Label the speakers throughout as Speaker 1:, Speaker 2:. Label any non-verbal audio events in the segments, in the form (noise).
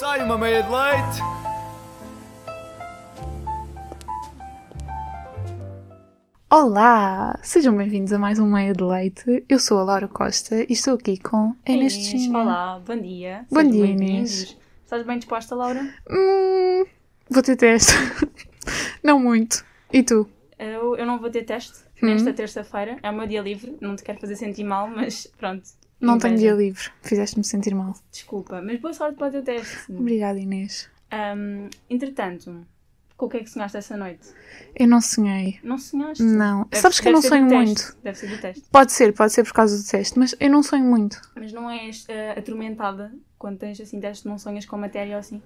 Speaker 1: Grandma made light.
Speaker 2: Olá! Sejam bem-vindos a mais um Meio de Leite. Eu sou a Laura Costa e estou aqui com a Inês
Speaker 3: Inês,
Speaker 2: Teixeira.
Speaker 3: Olá, bom dia.
Speaker 2: É Bom
Speaker 3: Sejam
Speaker 2: dia,
Speaker 3: bem-vindos. Estás bem disposta, Laura?
Speaker 2: Hum, vou ter teste. (laughs) Não muito. E tu?
Speaker 3: Eu, eu não vou ter teste
Speaker 2: Hum?
Speaker 3: nesta terça-feira. É o meu dia livre. Não te quero fazer sentir mal, mas pronto.
Speaker 2: Não tenho dia
Speaker 3: Inveja.
Speaker 2: livre. Fizeste-me sentir mal.
Speaker 3: Desculpa, mas boa sorte para o teu teste.
Speaker 2: Obrigada, Inês.
Speaker 3: Ahm, entretanto, com o que é que sonhaste essa noite? Eu
Speaker 2: Eu não sonhei.
Speaker 3: Não sonhaste?
Speaker 2: Não.
Speaker 3: Deve-
Speaker 2: Sabes que eu
Speaker 3: deve
Speaker 2: não
Speaker 3: ser
Speaker 2: sonho
Speaker 3: do
Speaker 2: muito.
Speaker 3: teste. Deve ser do teste.
Speaker 2: Pode ser, pode ser por causa do teste, mas eu não sonho muito.
Speaker 3: Mas não és ah, atormentada quando tens assim teste, não sonhas com matéria ou assim?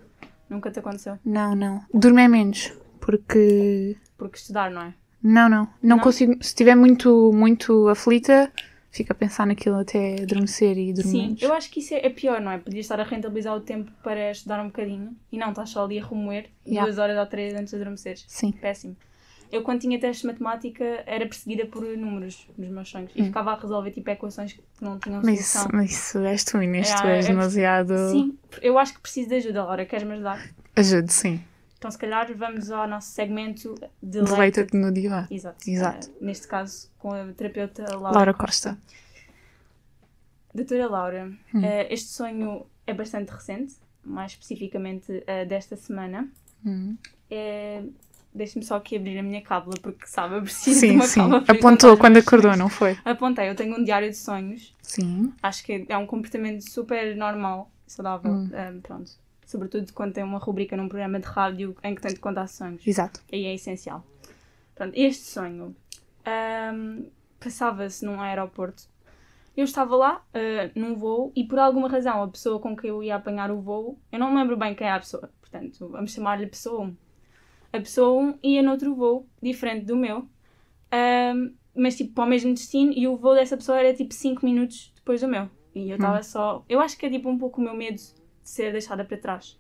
Speaker 3: Nunca te aconteceu?
Speaker 2: Não, não. Dormir menos. Porque.
Speaker 3: Porque estudar, não é?
Speaker 2: Não, não. Não,
Speaker 3: Não?
Speaker 2: consigo. Se estiver muito, muito aflita, fico a pensar naquilo até adormecer e dormir
Speaker 3: Sim,
Speaker 2: menos.
Speaker 3: eu acho que isso é é pior, não é? Podias estar a rentabilizar o tempo para estudar um bocadinho e não, estás só ali a remoer
Speaker 2: Yeah.
Speaker 3: duas horas ou três antes de adormeceres.
Speaker 2: Sim.
Speaker 3: Péssimo. Eu, quando tinha testes de matemática, era perseguida por números nos meus sonhos e ficava a resolver tipo equações que não tinham
Speaker 2: Hum. Mas
Speaker 3: solução.
Speaker 2: isso, é mas isso és tu, Inês,
Speaker 3: É,
Speaker 2: tu és
Speaker 3: é-
Speaker 2: né? demasiado.
Speaker 3: Sim, eu acho que preciso de ajuda, Laura. Queres-me ajudar?
Speaker 2: Ajude, sim.
Speaker 3: Então, se calhar, vamos ao nosso segmento de leite.
Speaker 2: Deleita-te no divã.
Speaker 3: Exato.
Speaker 2: Exato.
Speaker 3: Eh, neste caso, com a terapeuta Laura.
Speaker 2: Laura Costa.
Speaker 3: Doutora Laura,
Speaker 2: Hum.
Speaker 3: eh, este sonho é bastante recente, mais especificamente eh, desta semana.
Speaker 2: Hum.
Speaker 3: É... Deixe-me só aqui abrir a minha cábula, porque sabe, eu preciso de
Speaker 2: Sim,
Speaker 3: uma
Speaker 2: sim.
Speaker 3: cábula. para
Speaker 2: Apontou
Speaker 3: encontrar
Speaker 2: quando
Speaker 3: os meus
Speaker 2: acordou,
Speaker 3: sonhos.
Speaker 2: não foi?
Speaker 3: Apontei, eu tenho um diário de sonhos.
Speaker 2: Sim.
Speaker 3: Acho que é um comportamento super normal, saudável,
Speaker 2: Hum.
Speaker 3: eh, pronto. Sobretudo quando tem uma rubrica num programa de rádio em que tem de contar sonhos.
Speaker 2: Exato.
Speaker 3: Aí é essencial. Pronto, este sonho ahm, passava-se num aeroporto. Eu estava lá, ah, num voo, e por alguma razão a pessoa com quem eu ia apanhar o voo, eu não me lembro bem quem é a pessoa, portanto, vamos chamar-lhe pessoa 1. A pessoa 1 ia noutro voo, diferente do meu, ahm, mas tipo para o mesmo destino, e o voo dessa pessoa era tipo 5 minutos depois do meu. E eu estava só. Eu acho que é tipo um pouco o meu medo de ser deixada para trás.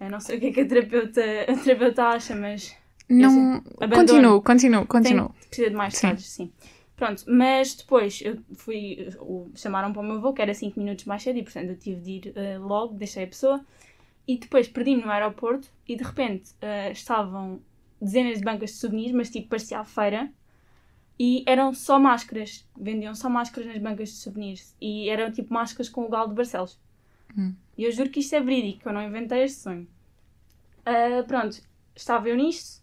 Speaker 3: Eu não sei o que é que a terapeuta, (laughs) a terapeuta acha, mas
Speaker 2: Não.
Speaker 3: Abandono.
Speaker 2: Continuo, continuo, continuo.
Speaker 3: tem, precisa de mais
Speaker 2: Sim.
Speaker 3: detalhes, sim. Pronto, mas depois eu fui, o- chamaram para o meu voo, que era 5 minutos mais cedo, e portanto eu tive de ir eh, logo, deixei a pessoa, e depois perdi-me no aeroporto, e de repente eh, estavam dezenas de bancas de souvenirs, mas tipo parecia a feira, e eram só máscaras, vendiam só máscaras nas bancas de souvenirs, e eram tipo máscaras com o galo de Barcelos.
Speaker 2: Hum.
Speaker 3: E eu juro que isto é verídico, eu não inventei este sonho. Ah, pronto, estava eu nisto,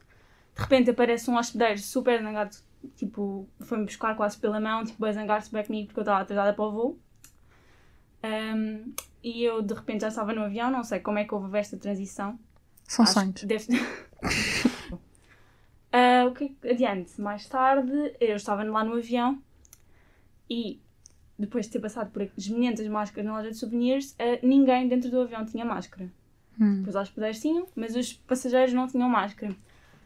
Speaker 3: de repente aparece um hospedeiro super zangado, tipo, foi-me buscar quase pela mão, tipo, a zangar-se bem comigo porque eu estava atrasada para o voo. Ahm, e eu de repente já estava no avião, não sei como é que houve esta transição.
Speaker 2: São
Speaker 3: Acho que
Speaker 2: sonhos.
Speaker 3: deve- (laughs) Ah, o que é que- adiante, mais tarde, eu estava lá no avião e depois de ter passado por esminhentas máscaras na loja de souvenirs, ah, ninguém dentro do avião tinha máscara.
Speaker 2: Hum.
Speaker 3: Os hospedeiros tinham, mas os passageiros não tinham máscara.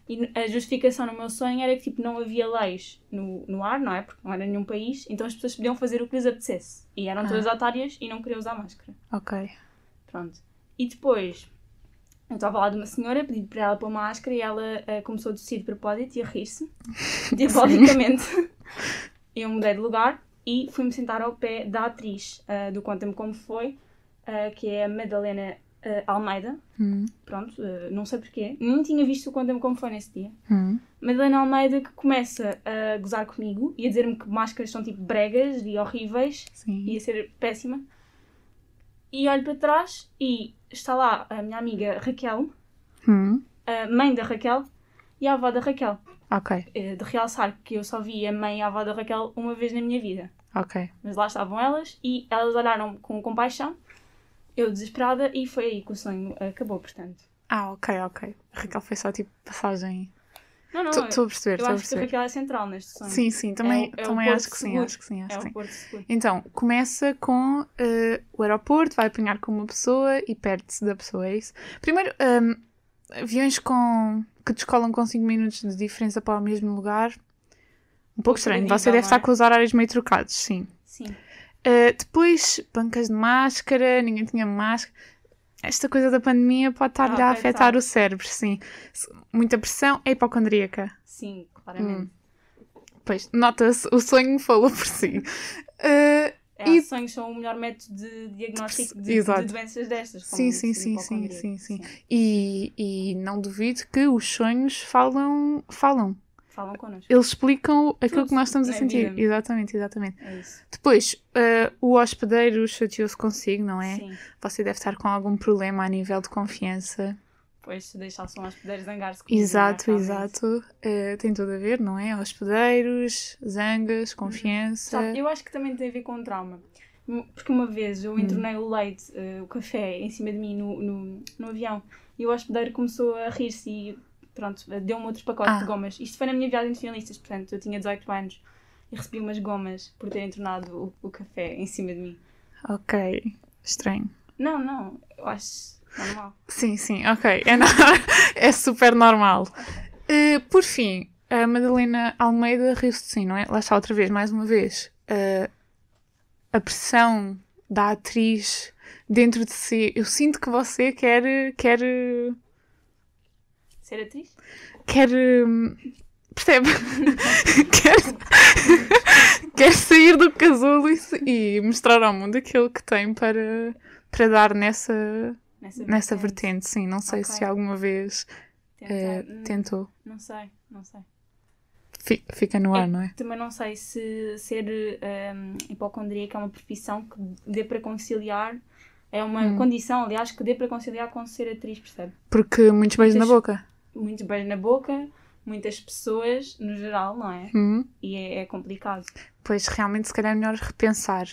Speaker 3: E a justificação no meu sonho era que tipo, não havia leis no, no ar, não é? Porque não era nenhum país, então as pessoas podiam fazer o que lhes apetecesse. E eram
Speaker 2: Ah.
Speaker 3: todas otárias e não queriam usar máscara.
Speaker 2: Ok.
Speaker 3: Pronto. E depois, eu estava lá de uma senhora, pedi para ela pôr máscara e ela eh, começou a tossir de propósito e a rir-se, diabolicamente. eu mudei de lugar e fui-me sentar ao pé da atriz eh, do Conta-me Como Foi, eh, que é a Madalena eh, Almeida.
Speaker 2: Hum.
Speaker 3: Pronto, eh, não sei porquê. Nem tinha visto o Conta-me Como Foi nesse dia.
Speaker 2: Hum.
Speaker 3: Madalena Almeida que começa a gozar comigo e a dizer-me que máscaras são tipo bregas e horríveis
Speaker 2: Sim.
Speaker 3: ia ser péssima. E olho para trás e está lá a minha amiga Raquel,
Speaker 2: Hum.
Speaker 3: a mãe da Raquel e a avó da Raquel.
Speaker 2: Ok,
Speaker 3: Eh, De realçar que eu só vi a mãe e a avó da Raquel uma vez na minha vida.
Speaker 2: ok.
Speaker 3: Mas lá estavam elas e elas olharam com compaixão, eu desesperada, e foi aí que o sonho acabou, portanto.
Speaker 2: Ah, ok, ok. Raquel foi só tipo passagem.
Speaker 3: Não, não, eu,
Speaker 2: Estou a perceber,
Speaker 3: eu
Speaker 2: estou a
Speaker 3: acho que a
Speaker 2: perceber.
Speaker 3: Raquel é central neste sonho.
Speaker 2: Sim, sim, também,
Speaker 3: É o- é o
Speaker 2: também
Speaker 3: porto
Speaker 2: acho que sim,
Speaker 3: seguro.
Speaker 2: acho que sim,
Speaker 3: É
Speaker 2: acho que
Speaker 3: o
Speaker 2: sim.
Speaker 3: Porto Seguro.
Speaker 2: Então, começa com eh, o aeroporto, vai apanhar com uma pessoa e perde-se da pessoa, é isso? Primeiro, hum, aviões com, que descolam com 5 minutos de diferença para o mesmo lugar. Um pouco estranho,
Speaker 3: previsível,
Speaker 2: você deve
Speaker 3: não
Speaker 2: estar
Speaker 3: é?
Speaker 2: com os horários meio trocados, sim.
Speaker 3: Sim.
Speaker 2: Eh, depois, bancas de máscara, ninguém tinha máscara. Esta coisa da pandemia pode estar-lhe a
Speaker 3: Ah,
Speaker 2: afetar
Speaker 3: afetar.
Speaker 2: o cérebro, sim. Se- Muita pressão é hipocondríaca. Hum.
Speaker 3: Sim, claramente.
Speaker 2: Pois, nota-se, o sonho falou por si. Eh,
Speaker 3: É,
Speaker 2: E-
Speaker 3: Há sonhos são o melhor método de diagnóstico de,
Speaker 2: Exato.
Speaker 3: de doenças destas. como
Speaker 2: Sim, sim,
Speaker 3: de
Speaker 2: sim, sim,
Speaker 3: hipocondria.
Speaker 2: sim, sim. E, e não duvido que os sonhos falam, falam.
Speaker 3: Falam connosco.
Speaker 2: Eles explicam aquilo
Speaker 3: Tudo,
Speaker 2: que nós estamos a
Speaker 3: né,
Speaker 2: sentir.
Speaker 3: vida.
Speaker 2: Exatamente, exatamente.
Speaker 3: É isso.
Speaker 2: Depois, eh, o hospedeiro chateou-se consigo, não é?
Speaker 3: Sim.
Speaker 2: Você deve estar com algum problema a nível de confiança.
Speaker 3: Pois se deixassem aos poderes zangar-se comigo.
Speaker 2: Exato,
Speaker 3: não é? Realmente.
Speaker 2: exato. Eh, tem tudo a ver, não é? Hospedeiros, zangas, confiança.
Speaker 3: Sabe, eu acho Uhum. que também tem a ver com trauma. Porque uma vez eu entronei
Speaker 2: Hum.
Speaker 3: o leite, eh, o café, em cima de mim no, no, no avião e o hospedeiro começou a rir-se e pronto, deu-me outros pacotes
Speaker 2: Ah.
Speaker 3: de gomas. Isto foi na minha viagem de finalistas, portanto, eu tinha 18 anos e recebi umas gomas por ter entronado o, o café em cima de mim.
Speaker 2: Ok, estranho.
Speaker 3: Não, não, eu acho normal.
Speaker 2: Sim, sim, ok. É, no- (laughs) é super normal. Eh, por fim, a Madalena Almeida riu-se de si, não é? Lá está outra vez, mais uma vez. Eh, a pressão da atriz dentro de si. Eu sinto que você quer. quer.
Speaker 3: Ser atriz?
Speaker 2: quer. hum, percebe? (laughs) quer, (laughs) quer sair do casulo e, se- e mostrar ao mundo aquilo que tem para, para dar nessa,
Speaker 3: Nessa,
Speaker 2: nessa vertente, sim. Não sei se
Speaker 3: Ok.
Speaker 2: alguma vez eh,
Speaker 3: Tentar-
Speaker 2: tentou.
Speaker 3: Não sei, não sei.
Speaker 2: Fi- Fica no
Speaker 3: É.
Speaker 2: ar, não é?
Speaker 3: Também não sei se ser um, hipocondríaca é uma profissão que dê para conciliar, é uma
Speaker 2: Hum.
Speaker 3: condição, aliás, que dê para conciliar com ser atriz, percebe?
Speaker 2: Porque muitos beijos na
Speaker 3: Muitas-
Speaker 2: boca.
Speaker 3: Muitos beijos na boca, muitas pessoas, no geral, não é?
Speaker 2: Hum?
Speaker 3: E é, é complicado.
Speaker 2: Pois realmente, se calhar é melhor repensar.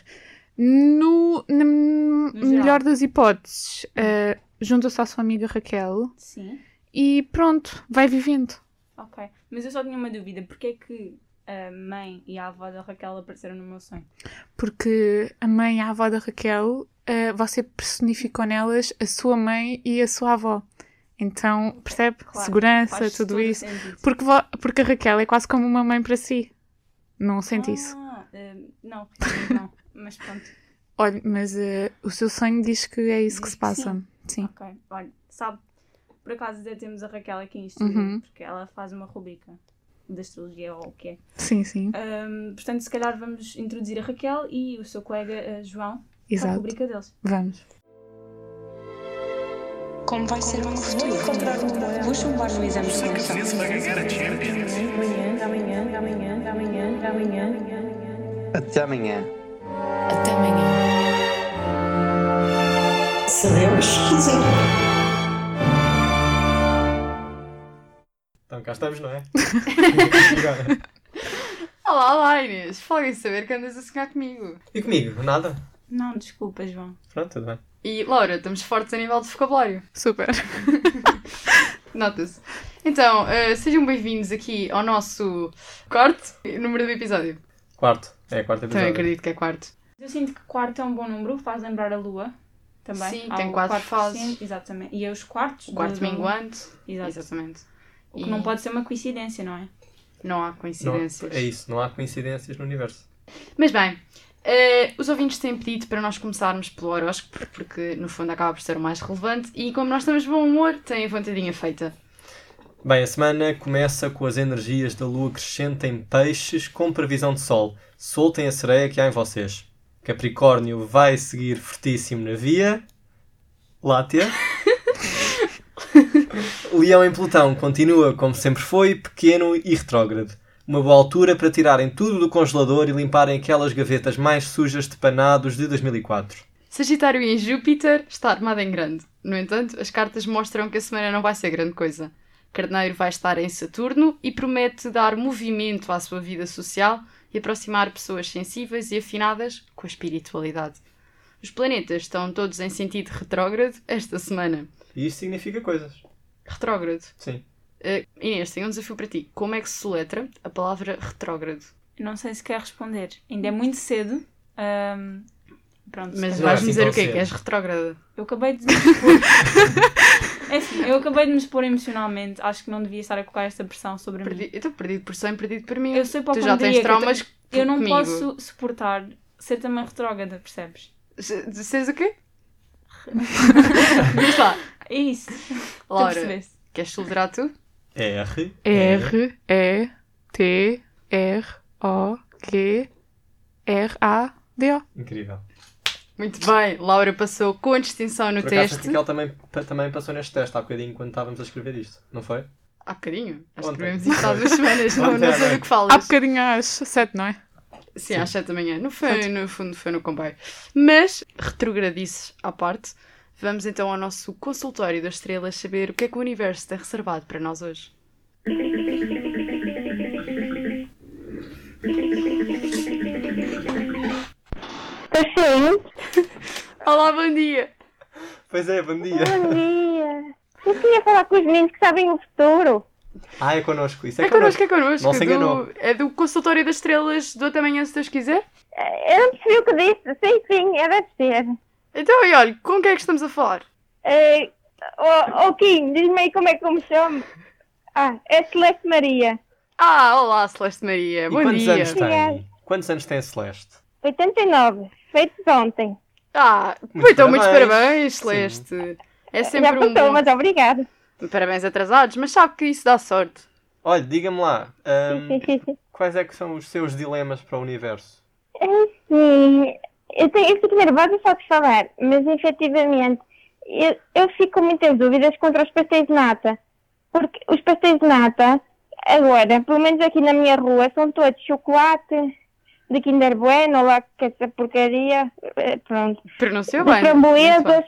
Speaker 2: No, na m-
Speaker 3: geral.
Speaker 2: melhor das hipóteses, eh, junta-se à sua amiga Raquel
Speaker 3: Sim,
Speaker 2: e pronto, vai vivendo.
Speaker 3: ok. Mas eu só tinha uma dúvida: porque é que a mãe e a avó da Raquel apareceram no meu sonho?
Speaker 2: Porque a mãe e a avó da Raquel, eh, você personificou nelas a sua mãe e a sua avó. Então, percebe?
Speaker 3: Claro,
Speaker 2: Segurança,
Speaker 3: Faz assim.
Speaker 2: tudo
Speaker 3: todo o
Speaker 2: isso.
Speaker 3: sentido.
Speaker 2: Porque, vo- porque a Raquel é quase como uma mãe para si. Não sente isso.
Speaker 3: Ah, ehm, não, não, mas pronto.
Speaker 2: Olha, mas eh, o seu sonho diz que é isso que
Speaker 3: Diz
Speaker 2: se
Speaker 3: que
Speaker 2: passa. Sim.
Speaker 3: Ok, olha, sabe, por acaso até temos a Raquel aqui em estúdio,
Speaker 2: Uhum.
Speaker 3: porque ela faz uma rubrica de astrologia ou o que é.
Speaker 2: Sim, Tá, sim.
Speaker 3: Ahm, portanto, se calhar vamos introduzir a Raquel e o seu colega eh, João para a
Speaker 2: Exato.
Speaker 3: rubrica deles.
Speaker 2: Vamos.
Speaker 1: Como vai ser o meu futuro? Vou um chumbar no exame de seleção.
Speaker 4: Até amanhã.
Speaker 5: Até amanhã.
Speaker 6: Se Deus quiser.
Speaker 7: Então cá estamos, não é?
Speaker 5: Olá, olá Inês. Falei saber que andas a sonhar comigo.
Speaker 7: e comigo? Nada?
Speaker 3: Não, desculpa, João.
Speaker 7: Pronto, tudo bem.
Speaker 5: E Laura, estamos fortes a nível de vocabulário.
Speaker 2: Super.
Speaker 5: Nota-se. Então, eh, sejam bem-vindos aqui ao nosso quarto número do episódio.
Speaker 7: Quarto. É, quarto
Speaker 5: Também
Speaker 7: episódio.
Speaker 5: acredito que é quarto.
Speaker 3: Eu sinto que quarto é um bom número, faz lembrar a Lua também.
Speaker 5: Sim,
Speaker 3: Há
Speaker 5: tem
Speaker 3: o
Speaker 5: quatro
Speaker 3: 4%,
Speaker 5: fases.
Speaker 3: Exatamente. E é os quartos.
Speaker 5: O quarto
Speaker 3: do- do-
Speaker 5: minguante.
Speaker 3: Exato.
Speaker 5: Exatamente.
Speaker 3: O que não pode ser uma coincidência, não é?
Speaker 5: Não há
Speaker 7: Não,
Speaker 5: coincidências.
Speaker 7: é isso, não há coincidências no universo.
Speaker 5: Mas bem, eh, os ouvintes têm pedido para nós começarmos pelo horóscopo, porque no fundo acaba por ser o mais relevante e como nós estamos de bom humor, têm a vontadinha feita.
Speaker 7: Bem, a semana começa com as energias da lua crescente em peixes, com previsão de sol. Soltem a sereia que há em vocês. Capricórnio vai seguir fortíssimo na via.
Speaker 5: (laughs)
Speaker 7: Látia. Leão em Plutão continua, como sempre foi, pequeno e retrógrado. Uma boa altura para tirarem tudo do congelador e limparem aquelas gavetas mais sujas de panados de 2004.
Speaker 5: Sagitário em Júpiter está armado em grande. No entanto, as cartas mostram que a semana não vai ser grande coisa. Carneiro vai estar em Saturno e promete dar movimento à sua vida social e aproximar pessoas sensíveis e afinadas com a espiritualidade. Os planetas estão todos em sentido retrógrado esta semana.
Speaker 7: E isto significa coisas.
Speaker 5: Retrógrado.
Speaker 7: Sim.
Speaker 5: Uh, Inês, tenho um desafio para ti. Como é que se soletra a palavra retrógrado?
Speaker 3: Eu Não sei se quer responder. Ainda é muito cedo. ahm, pronto. se
Speaker 7: Não
Speaker 5: Mas
Speaker 7: é
Speaker 5: vais
Speaker 7: assim
Speaker 5: me dizer
Speaker 7: tão
Speaker 5: o quê?
Speaker 7: cedo.
Speaker 5: Que és retrógrada?
Speaker 3: Eu acabei de
Speaker 2: (laughs)
Speaker 3: me expor. é assim, eu acabei de me expor emocionalmente. Acho que não devia estar a colocar esta pressão sobre mim.
Speaker 5: Perdi... Eu estou perdido por 100, perdido por mim.
Speaker 3: Eu sou
Speaker 5: tu já tens
Speaker 3: hipocondríaca,
Speaker 5: traumas
Speaker 3: é Eu, não
Speaker 5: comigo.
Speaker 3: posso suportar ser também retrógrada, percebes?
Speaker 5: Se- de- Seres
Speaker 2: (laughs)
Speaker 5: o quê? Diz lá.
Speaker 3: É isso. (laughs) Tu
Speaker 5: Laura,
Speaker 3: percebeste?
Speaker 5: queres soletrar tu?
Speaker 7: R.
Speaker 2: R, E, T, R, O, Q, R, A, D.O.
Speaker 7: Incrível.
Speaker 5: Muito bem, Laura passou com distinção no
Speaker 7: Por acaso, a
Speaker 5: teste.
Speaker 7: Raquel também, pa- também passou neste teste há bocadinho quando estávamos a escrever isto, não foi?
Speaker 5: Há bocadinho. Acho que
Speaker 7: Ontem.
Speaker 5: escrevemos isto há
Speaker 7: (laughs)
Speaker 5: duas semanas, não,
Speaker 7: Ontem,
Speaker 5: não sei
Speaker 7: ontem.
Speaker 5: do que falas.
Speaker 2: Há bocadinho às 7, não é?
Speaker 5: Sim, às 7 da manhã. Não foi, no fundo, foi no comboio. Mas, retrogradices à parte, vamos então ao nosso consultório das estrelas saber o que é que o universo tem reservado para nós hoje.
Speaker 8: Sim,
Speaker 5: Olá, bom dia!
Speaker 7: Pois é, bom dia.
Speaker 8: bom dia. Eu queria falar com os meninos que sabem o futuro.
Speaker 7: Ah, é connosco. Isso é,
Speaker 5: É connosco, é connosco.
Speaker 7: Não se
Speaker 5: do-
Speaker 7: enganou.
Speaker 5: é do consultório das estrelas do outro amanhã, se Deus quiser.
Speaker 8: Eh, Eu não percebi o que disse. Sim, sim, é deve ser.
Speaker 5: Então, e olha, com quem é que estamos a falar?
Speaker 8: Eh, Ô, ô, Kim, diz-me aí como é que eu me chamo. Ah, é Celeste Maria.
Speaker 5: Ah, olá, Celeste Maria.
Speaker 7: E
Speaker 5: bom
Speaker 7: quantos
Speaker 5: dia.
Speaker 7: anos tem?
Speaker 8: Obrigada.
Speaker 7: Quantos anos tem a Celeste?
Speaker 8: 89, feitos ontem.
Speaker 5: Ah,
Speaker 7: Muitos
Speaker 5: então, muitos
Speaker 7: parabéns.
Speaker 5: parabéns,
Speaker 7: Sim.
Speaker 5: Celeste. É
Speaker 8: Já
Speaker 5: sempre um
Speaker 8: passou,
Speaker 5: bom...
Speaker 8: mas obrigado.
Speaker 5: Parabéns atrasados, mas sabe que isso dá sorte.
Speaker 7: Olha, diga-me lá, ahm,
Speaker 8: Sim, sim, sim.
Speaker 7: quais é que são os seus dilemas para o universo?
Speaker 8: Sim, eu, tenho, eu fico nervosa só de falar, mas efetivamente eu, eu fico com muitas dúvidas contra os pastéis de nata. Porque os pastéis de nata, agora, pelo menos aqui na minha rua, são todos chocolate, de Kinder Bueno, lá que essa porcaria, eh, pronto,
Speaker 5: Pronunciou
Speaker 8: de
Speaker 5: bem. muito bem.
Speaker 8: framboesas.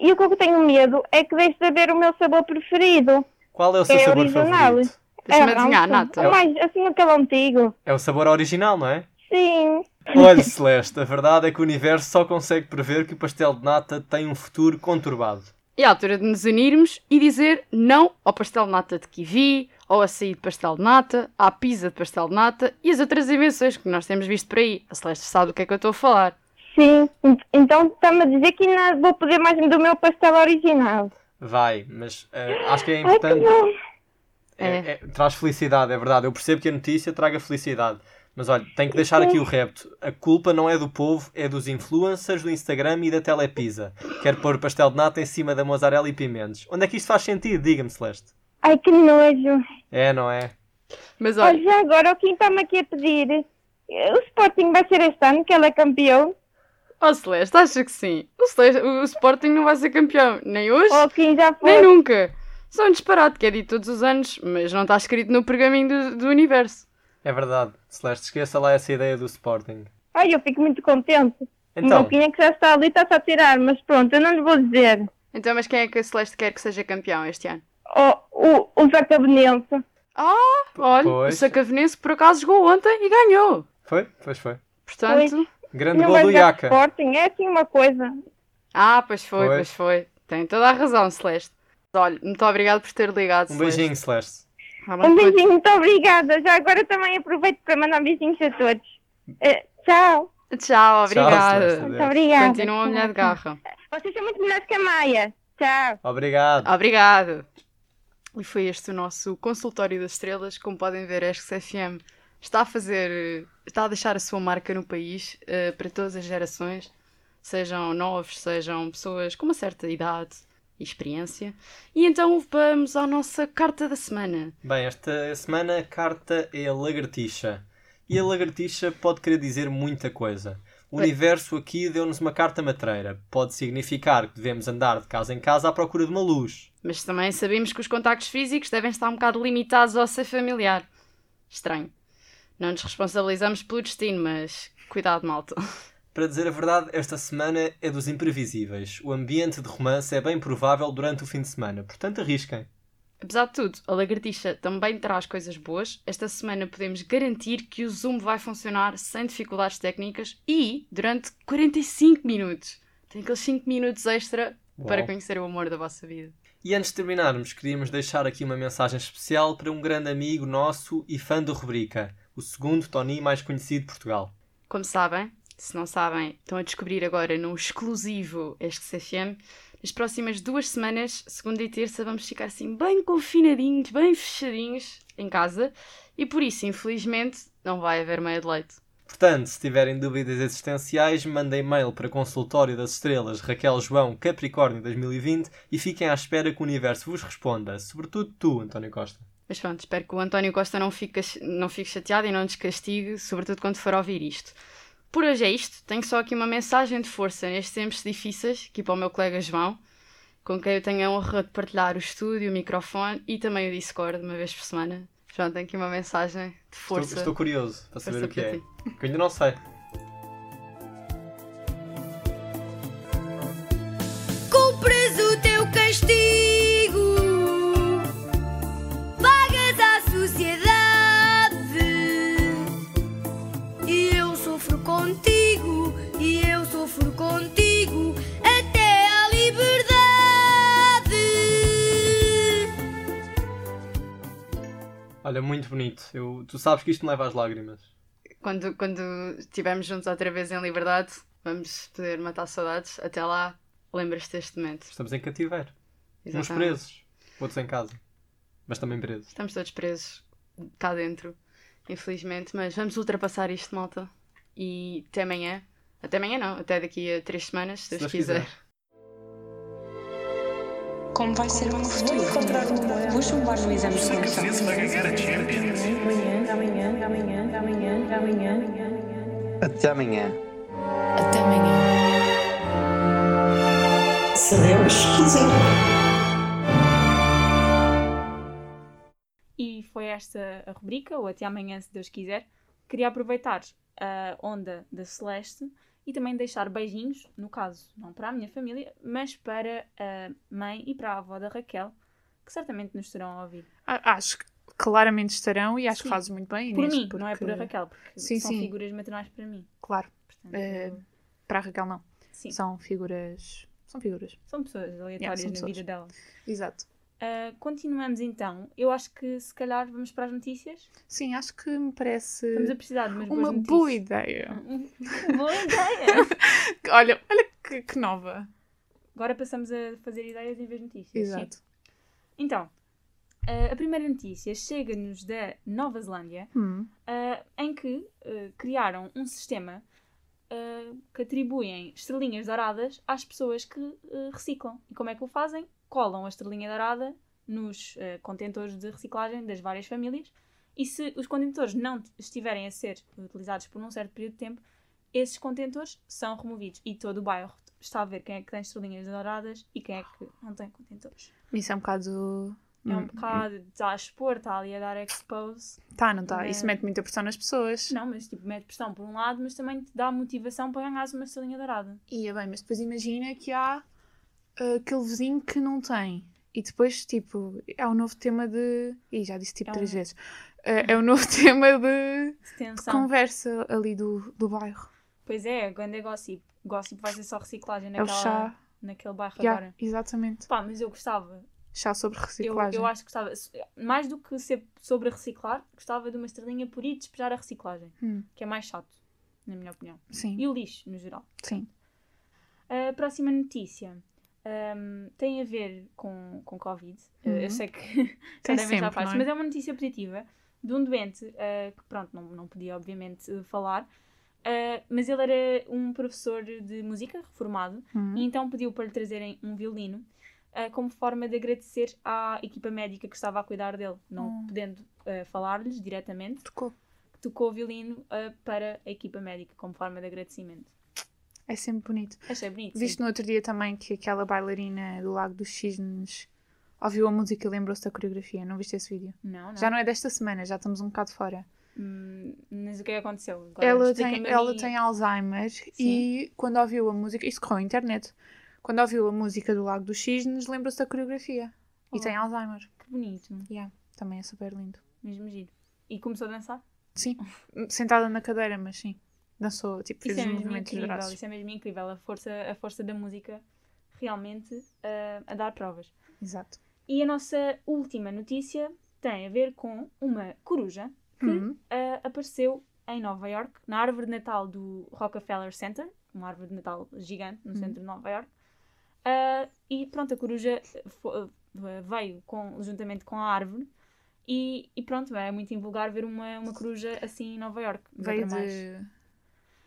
Speaker 8: E o que eu tenho medo é que deixe de haver o meu sabor preferido.
Speaker 7: Qual é o seu
Speaker 8: É
Speaker 7: sabor
Speaker 8: original.
Speaker 7: favorito?
Speaker 5: Deixa-me
Speaker 8: É,
Speaker 5: adivinhar,
Speaker 8: não,
Speaker 5: nata.
Speaker 8: é Mais, assim, aquele antigo.
Speaker 7: É o sabor original, não é?
Speaker 8: Sim, (laughs)
Speaker 7: Olha, Celeste, a verdade é que o universo só consegue prever que o pastel de nata tem um futuro conturbado.
Speaker 5: É a altura de nos unirmos e dizer não ao pastel de nata de kiwi, ao açaí de pastel de nata, à pizza de pastel de nata e as outras invenções que nós temos visto por aí. A Celeste sabe do que é que eu estou a falar.
Speaker 8: sim. Então está-me a dizer que não vou poder mais do meu pastel original.
Speaker 7: Vai, mas ah, acho que é
Speaker 8: Ai, que
Speaker 7: importante.
Speaker 8: bom.
Speaker 7: é- é- traz felicidade, é verdade. Eu percebo que a notícia traga felicidade. Mas olha, tenho que deixar aqui o repto. A culpa não é do povo, é dos influencers, do Instagram e da Telepisa. Quer pôr o pastel de nata em cima da mozzarella e pimentos. Onde é que isto faz sentido? Diga-me, Celeste.
Speaker 8: Ai, que nojo.
Speaker 7: É, não é?
Speaker 5: Mas
Speaker 8: Olha,
Speaker 5: olha,
Speaker 8: já agora o Kim está-me aqui a pedir. eh, O Sporting vai ser este ano que ele é campeão.
Speaker 5: ó Celeste, acha que sim? O, Celeste- o- o Sporting não vai ser campeão, nem hoje,
Speaker 8: Ou o Kim já
Speaker 5: nem
Speaker 8: foi.
Speaker 5: nunca. Só um disparate que é dito todos os anos, mas não está escrito no pergaminho do, do universo.
Speaker 7: É verdade. Celeste, esqueça lá essa ideia do Sporting.
Speaker 8: Ai, eu fico muito contente. O
Speaker 7: Então,
Speaker 8: Kim é que já está ali, está-se a tirar, mas pronto, eu não lhe vou dizer.
Speaker 5: Então, mas quem é que a Celeste quer que seja campeão este ano?
Speaker 8: Oh, o, o Zacabenense.
Speaker 5: Olha,
Speaker 7: pois.
Speaker 5: o Sacavenense por acaso jogou ontem e ganhou.
Speaker 7: foi? Pois foi.
Speaker 5: Portanto...
Speaker 7: Grande
Speaker 8: Não
Speaker 7: gol
Speaker 8: vai
Speaker 7: do
Speaker 8: jogar
Speaker 7: Iaca.
Speaker 8: Sporting, é assim uma coisa.
Speaker 5: Ah, pois foi,
Speaker 7: Foi.
Speaker 5: pois foi. Tem toda a razão, Celeste. Olha, muito obrigado por ter ligado,
Speaker 7: Um
Speaker 5: Celeste.
Speaker 7: beijinho, Celeste.
Speaker 5: Ah,
Speaker 8: Um
Speaker 5: muito bem.
Speaker 8: beijinho, muito obrigada. Já agora também aproveito para mandar beijinhos a todos. Eh, tchau,
Speaker 5: Tchau,
Speaker 7: Celeste.
Speaker 5: obrigada.
Speaker 8: muito
Speaker 7: Adeus.
Speaker 8: obrigada.
Speaker 5: Continua a mulher de garra.
Speaker 8: Vocês são muito melhores que a Maia. Tchau.
Speaker 7: Obrigado.
Speaker 5: Obrigado. E foi este o nosso consultório das estrelas. Como podem ver, a SFM está a fazer, eh, está a deixar a sua marca no país eh, para todas as gerações, sejam novos, sejam pessoas com uma certa idade e experiência. E então vamos à nossa carta da semana.
Speaker 7: Bem, esta semana a carta é a lagartixa. E a lagartixa pode querer dizer muita coisa. O
Speaker 5: Bem.
Speaker 7: universo aqui deu-nos uma carta matreira. Pode significar que devemos andar de casa em casa à procura de uma luz.
Speaker 5: Mas também sabemos que os contactos físicos devem estar um bocado limitados ao ser familiar. Estranho. Não nos responsabilizamos pelo destino, mas cuidado, malta.
Speaker 7: Para dizer a verdade, esta semana é dos imprevisíveis. O ambiente de romance é bem provável durante o fim de semana, portanto arrisquem.
Speaker 5: Apesar de tudo, a lagartixa também traz coisas boas. Esta semana podemos garantir que o Zoom vai funcionar sem dificuldades técnicas e durante 45 minutos. Tem aqueles 5 minutos extra para
Speaker 7: Uau.
Speaker 5: conhecer o amor da vossa vida.
Speaker 7: E antes de terminarmos, queríamos deixar aqui uma mensagem especial para um grande amigo nosso e fã da rubrica, o segundo Tony mais conhecido de Portugal.
Speaker 5: Como sabem, se não sabem, estão a descobrir agora num exclusivo SXFM. Nas próximas duas semanas, segunda e terça, vamos ficar assim bem confinadinhos, bem fechadinhos em casa e por isso, infelizmente, não vai haver meia de leite.
Speaker 7: Portanto, se tiverem dúvidas existenciais, mandem mail para consultório das estrelas Raquel João Capricórnio 2020 e fiquem à espera que o universo vos responda, sobretudo tu, António Costa.
Speaker 5: Mas pronto, espero que o António Costa não fique, não fique chateado e não nos castigue, sobretudo quando for ouvir isto. Por hoje é isto. Tenho só aqui uma mensagem de força nestes tempos difíceis, aqui para o meu colega João, com quem eu tenho a honra de partilhar o estúdio, o microfone e também o Discord uma vez por semana. João, tenho aqui uma mensagem de
Speaker 7: Estou,
Speaker 5: força.
Speaker 7: estou curioso para saber
Speaker 5: Força
Speaker 7: o que
Speaker 5: para
Speaker 7: é.
Speaker 5: ti.
Speaker 7: Que eu ainda não sei.
Speaker 9: Cumpres o teu castigo, pagas à sociedade. E eu sofro contigo, e eu sofro contigo, até à liberdade.
Speaker 7: Olha, muito bonito. Eu, tu sabes que isto me leva às lágrimas.
Speaker 5: Quando, quando estivermos juntos outra vez em liberdade, vamos poder matar saudades. Até lá, lembras-te deste momento.
Speaker 7: Estamos em cativeiro. Uns
Speaker 5: Exatamente.
Speaker 7: presos, outros em casa. Mas também presos.
Speaker 5: Estamos todos presos cá dentro, infelizmente, mas vamos ultrapassar isto, malta. E até amanhã. Até amanhã não, até daqui a três semanas, se Deus, quiser.
Speaker 1: Como vai ser o meu futuro? Vou um chumbar no exame de seleção.
Speaker 4: Até amanhã.
Speaker 9: Até amanhã.
Speaker 6: Se Deus quiser.
Speaker 3: E foi esta a rubrica, ou até amanhã, se Deus quiser. Queria aproveitar a onda da Celeste e também deixar beijinhos, no caso, não para a minha família, mas para a mãe e para a avó da Raquel, que certamente nos terão a ouvir.
Speaker 2: A- Acho que claramente estarão e acho que
Speaker 3: Sim.
Speaker 2: fazes muito bem.
Speaker 3: Por
Speaker 2: Inês,
Speaker 3: mim, não é por
Speaker 2: porque-
Speaker 3: a Raquel, porque
Speaker 2: Sim,
Speaker 3: são
Speaker 2: sim.
Speaker 3: figuras maternais para mim.
Speaker 2: Claro,
Speaker 3: Portanto,
Speaker 2: Eh, para a Raquel não.
Speaker 3: sim,
Speaker 2: São figuras. São figuras.
Speaker 3: são pessoas aleatórias
Speaker 2: são
Speaker 3: na
Speaker 2: pessoas.
Speaker 3: vida dela.
Speaker 2: Exato.
Speaker 3: Ah, continuamos então. Eu acho que se calhar vamos para as notícias.
Speaker 2: Sim, acho que me parece
Speaker 3: Estamos a precisar de umas
Speaker 2: Eh, uma
Speaker 3: boas
Speaker 2: boa
Speaker 3: notícias. (laughs) Um,
Speaker 2: ideia. (laughs)
Speaker 3: boa ideia!
Speaker 2: Olha, olha que, que nova.
Speaker 3: Agora passamos a fazer ideias em vez de notícias. sim.
Speaker 2: Exato.
Speaker 3: Então, ah, a primeira notícia chega-nos da Nova Zelândia,
Speaker 2: Hum.
Speaker 3: ah, em que ah, criaram um sistema ah, que atribuem estrelinhas douradas às pessoas que ah, reciclam. E como é que o fazem? Colam a estrelinha dourada nos ah, contentores de reciclagem das várias famílias e se os contentores não estiverem a ser utilizados por um certo período de tempo, esses contentores são removidos e todo o bairro está a ver quem é que tem estrelinhas douradas e quem é que não tem contentores.
Speaker 2: Isso é um bocado.
Speaker 3: É um bocado, está a expor, está ali a dar expose.
Speaker 2: Tá, não tá?
Speaker 3: É.
Speaker 2: Isso mete muita pressão nas pessoas.
Speaker 3: Não, mas tipo, mete pressão por um lado, mas também te dá motivação para ganhares uma estrelinha dourada.
Speaker 2: Ia bem, mas depois imagina que há ah, aquele vizinho que não tem. E depois, tipo, é o novo tema de. Ih, já disse tipo
Speaker 3: É
Speaker 2: três
Speaker 3: um-
Speaker 2: vezes. Ah, é o novo (laughs) tema de, de
Speaker 3: Detenção.
Speaker 2: conversa ali do, do bairro.
Speaker 3: Pois é, quando é gossip. Gossip vai ser só reciclagem
Speaker 2: É o
Speaker 3: naquela,
Speaker 2: chá.
Speaker 3: naquele bairro
Speaker 2: Yeah,
Speaker 3: agora.
Speaker 2: exatamente.
Speaker 3: Pá, mas eu gostava.
Speaker 2: Chá sobre
Speaker 3: Eu,
Speaker 2: reciclagem.
Speaker 3: eu acho que gostava. Mais do que ser sobre reciclar, gostava de uma estrelinha por ir despejar a reciclagem.
Speaker 2: Hum.
Speaker 3: Que é mais chato, na minha opinião.
Speaker 2: Sim,
Speaker 3: E o lixo, no geral.
Speaker 2: sim.
Speaker 3: A próxima notícia hum, tem a ver com, com Covid. Uh,
Speaker 2: Uhum.
Speaker 3: Eu sei que
Speaker 2: Tem
Speaker 3: claramente
Speaker 2: sempre,
Speaker 3: já faz,
Speaker 2: não é?
Speaker 3: mas é uma notícia positiva de um doente uh, que, pronto, não, não podia obviamente uh, falar, uh, mas ele era um professor de música reformado
Speaker 2: Hum.
Speaker 3: e então pediu para lhe trazerem um violino uh, como forma de agradecer à equipa médica que estava a cuidar dele, não
Speaker 2: Hum.
Speaker 3: podendo uh, falar-lhes diretamente,
Speaker 2: Tocou.
Speaker 3: tocou o violino uh, para a equipa médica como forma de agradecimento.
Speaker 2: É sempre bonito.
Speaker 3: Achei bonito. sim.
Speaker 2: Viste no outro dia também que aquela bailarina do Lago dos Cisnes ouviu a música e lembrou-se da coreografia. Não viste esse vídeo?
Speaker 3: Não, não.
Speaker 2: Já não é desta semana, já estamos um bocado fora.
Speaker 3: Hum, mas o que é que aconteceu? Agora
Speaker 2: Ela
Speaker 3: explica-me
Speaker 2: tem,
Speaker 3: a
Speaker 2: ela
Speaker 3: mim.
Speaker 2: tem Alzheimer e quando ouviu a música, isso correu a internet, quando ouviu a música do Lago dos Cisnes, lembrou-se da coreografia. E
Speaker 3: Oh.
Speaker 2: tem Alzheimer.
Speaker 3: Que bonito,
Speaker 2: Também é super lindo.
Speaker 3: mesmo giro. E começou a dançar?
Speaker 2: Sim, sentada na cadeira, mas sim. Dançou, tipo, fez
Speaker 3: Isso é
Speaker 2: os
Speaker 3: mesmo
Speaker 2: movimentos dos
Speaker 3: incrível,
Speaker 2: braços.
Speaker 3: isso é mesmo incrível. A força, a força da música realmente ah, a dar provas.
Speaker 2: Exato.
Speaker 3: E a nossa última notícia tem a ver com uma coruja que
Speaker 2: Hum.
Speaker 3: ah, apareceu em Nova York, na árvore de Natal do Rockefeller Center, uma árvore de Natal gigante no
Speaker 2: Uhum.
Speaker 3: centro de Nova York. Ah, e pronto, a coruja eh, fo- veio com- juntamente com a árvore. E, e pronto, é muito invulgar ver uma, uma coruja assim em Nova York.
Speaker 2: Veio de.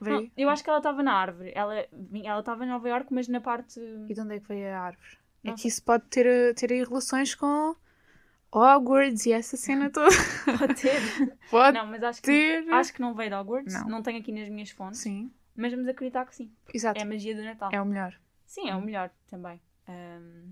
Speaker 2: Veio.
Speaker 3: eu acho que ela estava na árvore. Ela vinha- ela estava em Nova York, mas na
Speaker 2: (laughs)
Speaker 3: parte.
Speaker 2: E de onde é que veio a árvore?
Speaker 3: Não
Speaker 2: é que isso pode ter, ter aí relações com Hogwarts e essa
Speaker 3: (laughs)
Speaker 2: cena toda.
Speaker 3: Pode ter.
Speaker 2: Pode
Speaker 3: Não, mas acho que,
Speaker 2: ter.
Speaker 3: acho que não veio de Hogwarts.
Speaker 2: Não.
Speaker 3: Não. tenho aqui nas minhas fontes.
Speaker 2: Sim,
Speaker 3: Mas vamos acreditar que sim.
Speaker 2: exato.
Speaker 3: É a magia do Natal.
Speaker 2: É, o melhor.
Speaker 3: Sim, é o melhor também. Ahm,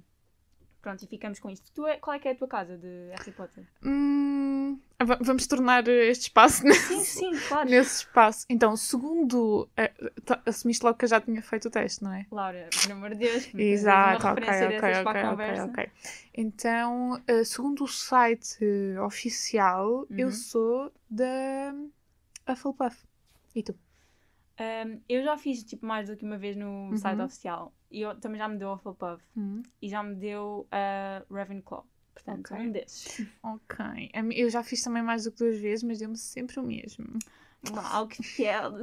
Speaker 3: pronto, e ficamos com isto. Tu é- qual é que é a tua casa de Harry
Speaker 2: (laughs)
Speaker 3: Potter?
Speaker 2: Hum, va- vamos tornar eh, este espaço
Speaker 3: Sim, sim, claro.
Speaker 2: nesse espaço. Então, segundo. eh, ta- assumiste logo que eu já tinha feito o teste, não é?
Speaker 3: Laura, por amor de Deus. que me
Speaker 2: Exato,
Speaker 3: fazes Uhum. uma
Speaker 2: ok,
Speaker 3: referência
Speaker 2: ok,
Speaker 3: dessas para
Speaker 2: ok,
Speaker 3: a
Speaker 2: ok,
Speaker 3: conversa.
Speaker 2: ok. Então, eh, segundo o site eh, oficial, eu
Speaker 3: Uhum.
Speaker 2: sou da Hufflepuff. E tu?
Speaker 3: Ahm, eu já fiz tipo mais do que uma vez no
Speaker 2: Uhum.
Speaker 3: site oficial. E eu, também já me deu Hufflepuff. E já me deu a Ravenclaw. Portanto,
Speaker 2: Ok.
Speaker 3: um desses.
Speaker 2: Ok. A mi- Eu já fiz também mais do que duas vezes, mas deu-me sempre o mesmo. (laughs)
Speaker 3: Uau, que fiel.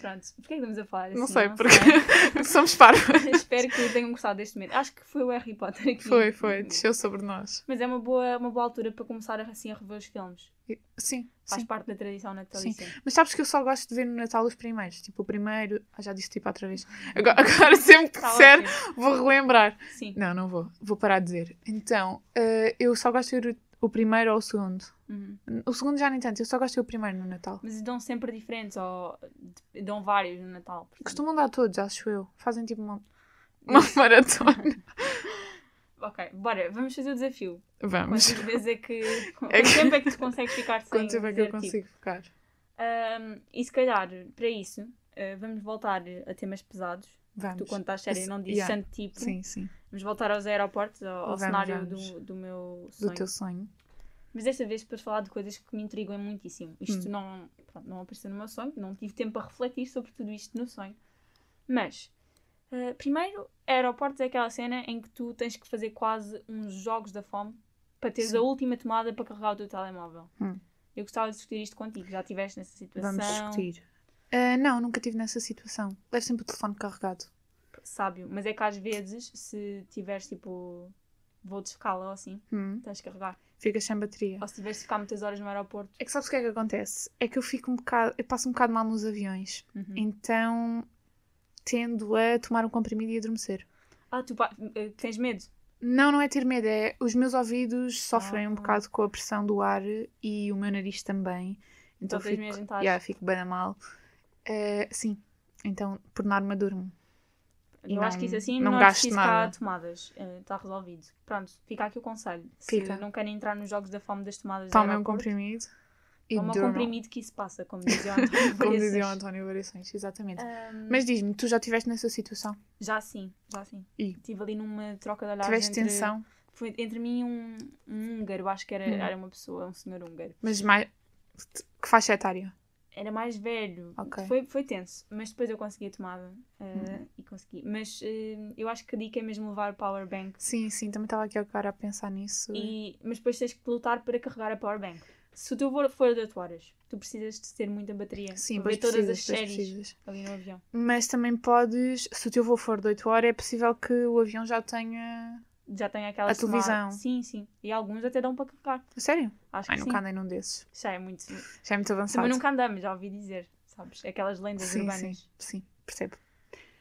Speaker 3: Pronto, porquê que estamos a falar assim?
Speaker 2: não sei, porque somos
Speaker 3: Hum,
Speaker 2: parvas. (laughs)
Speaker 3: Espero que tenham gostado deste momento. Acho que foi o Harry Potter aqui.
Speaker 2: Foi, foi,
Speaker 3: hum.
Speaker 2: desceu sobre nós.
Speaker 3: Mas é uma boa, uma boa altura para começar a, assim a rever os filmes.
Speaker 2: E- Sim,
Speaker 3: Faz
Speaker 2: sim.
Speaker 3: parte da tradição natalícia. Sim.
Speaker 2: Mas sabes que eu só gosto de ver no Natal os primeiros. Tipo, o primeiro. Ah, já disse tipo outra vez. Agora, (laughs) agora sempre que disser, vou relembrar.
Speaker 3: Tá Sim.
Speaker 2: Não, não vou. Vou parar de dizer. Então, eh, eu só gosto de ver o, o primeiro ou o segundo.
Speaker 3: Uhum.
Speaker 2: O segundo já nem tanto, eu só gosto de ver o primeiro no Natal.
Speaker 3: Mas dão sempre diferentes ou de- dão vários no Natal. portanto.
Speaker 2: Costumam dar todos, acho eu. Fazem tipo
Speaker 3: (laughs)
Speaker 2: uma, uma maratona.
Speaker 3: Ok, bora, vamos fazer o desafio.
Speaker 2: Vamos. (laughs)
Speaker 3: Quantas vezes é que.
Speaker 2: É que-
Speaker 3: Quanto tempo é que tu
Speaker 2: (laughs)
Speaker 3: consegues ficar sem
Speaker 2: Quanto tempo é que
Speaker 3: dizer,
Speaker 2: eu
Speaker 3: tipo,
Speaker 2: consigo ficar?
Speaker 3: Ahm, e se calhar, para isso, ah, vamos voltar a temas pesados.
Speaker 2: Vamos.
Speaker 3: Tu, quando estás séria,
Speaker 2: Esse-
Speaker 3: não dizes
Speaker 2: yeah.
Speaker 3: santo tipo.
Speaker 2: Sim, sim.
Speaker 3: Vamos voltar aos aeroportos, ao, ao
Speaker 2: Vamos,
Speaker 3: cenário
Speaker 2: vamos.
Speaker 3: do, do meu
Speaker 2: Do
Speaker 3: sonho.
Speaker 2: teu sonho.
Speaker 3: Mas desta vez para falar de coisas que me intrigam muitíssimo.
Speaker 2: Hum.
Speaker 3: Isto não, pronto, não apareceu no meu sonho, não tive tempo para refletir sobre tudo isto no sonho. Mas, eh, primeiro, aeroportos é aquela cena em que tu tens que fazer quase uns jogos da fome para teres
Speaker 2: Sim.
Speaker 3: a última tomada para carregar o teu telemóvel.
Speaker 2: Hum.
Speaker 3: Eu gostava de discutir isto contigo, já estiveste nessa situação.
Speaker 2: Vamos discutir. Ah, não, nunca tive nessa situação. Levo sempre o telefone carregado.
Speaker 3: Sábio, mas é que às vezes, se tiveres tipo voo de escala ou assim,
Speaker 2: Hum.
Speaker 3: tens que carregar.
Speaker 2: Ficas sem bateria.
Speaker 3: Ou se tiveres de ficar muitas horas no aeroporto.
Speaker 2: É que sabes o que é que acontece? É que eu fico um bocado. Eu passo um bocado mal nos aviões.
Speaker 3: Hum. Uhum.
Speaker 2: Então tendo a tomar um comprimido e adormecer.
Speaker 3: Ah, tu pa- eh, tens medo?
Speaker 2: Não, não é ter medo, é os meus ouvidos sofrem um
Speaker 3: Ah.
Speaker 2: bocado com a pressão do ar e o meu nariz também. Então
Speaker 3: Então tens
Speaker 2: fico,
Speaker 3: mesmo de estar-
Speaker 2: yeah, fico bem a mal. Eh, sim, então por norma durmo. E
Speaker 3: eu acho
Speaker 2: não-
Speaker 3: que isso assim
Speaker 2: não
Speaker 3: não, é
Speaker 2: gasto
Speaker 3: preciso
Speaker 2: nada.
Speaker 3: cá tomadas. Está resolvido. Pronto, fica aqui o conselho.
Speaker 2: Fica.
Speaker 3: Se não querem entrar nos jogos da fome das tomadas
Speaker 2: Tomem
Speaker 3: um
Speaker 2: um comprimido e
Speaker 3: Toma um
Speaker 2: durmam.
Speaker 3: comprimido que isso passa, como dizia o António
Speaker 2: (laughs) Como
Speaker 3: Variações.
Speaker 2: dizia o António Variações, exatamente.
Speaker 3: Ahm,
Speaker 2: Mas diz-me, tu já estiveste nessa situação?
Speaker 3: Já sim, já sim.
Speaker 2: E?
Speaker 3: Estive ali numa troca de olhares
Speaker 2: Tiveste
Speaker 3: entre...
Speaker 2: tensão,
Speaker 3: Foi entre mim e um, um húngaro, acho que era,
Speaker 2: Hum.
Speaker 3: era uma pessoa, um senhor húngaro.
Speaker 2: mas mais... que faixa etária?
Speaker 3: Era mais velho.
Speaker 2: Ok. Uhum.
Speaker 3: Foi, foi tenso, mas depois eu consegui a tomada ah, e consegui. Mas ah, eu acho que a dica é mesmo levar o power bank.
Speaker 2: Sim, sim, também estava aqui agora a pensar nisso.
Speaker 3: E- mas depois tens que lutar para carregar a powerbank. Se o teu voo for de 8 horas, tu precisas de ter muita bateria.
Speaker 2: Sim,
Speaker 3: para
Speaker 2: pois
Speaker 3: ver todas as
Speaker 2: precisas, pois
Speaker 3: séries
Speaker 2: precisas.
Speaker 3: ali no avião.
Speaker 2: Mas também podes, se o teu voo for de 8 horas, é possível que o avião já tenha.
Speaker 3: Já tem aquela
Speaker 2: A televisão.
Speaker 3: Sim, sim. E alguns até dão para carregar.
Speaker 2: A Sério?
Speaker 3: Acho
Speaker 2: Ai,
Speaker 3: que
Speaker 2: nunca
Speaker 3: sim.
Speaker 2: andei num desses.
Speaker 3: Já é muito.
Speaker 2: Já é muito avançado.
Speaker 3: Também nunca andamos, já ouvi dizer, sabes? Aquelas lendas
Speaker 2: sim,
Speaker 3: urbanas.
Speaker 2: sim, sim, percebo.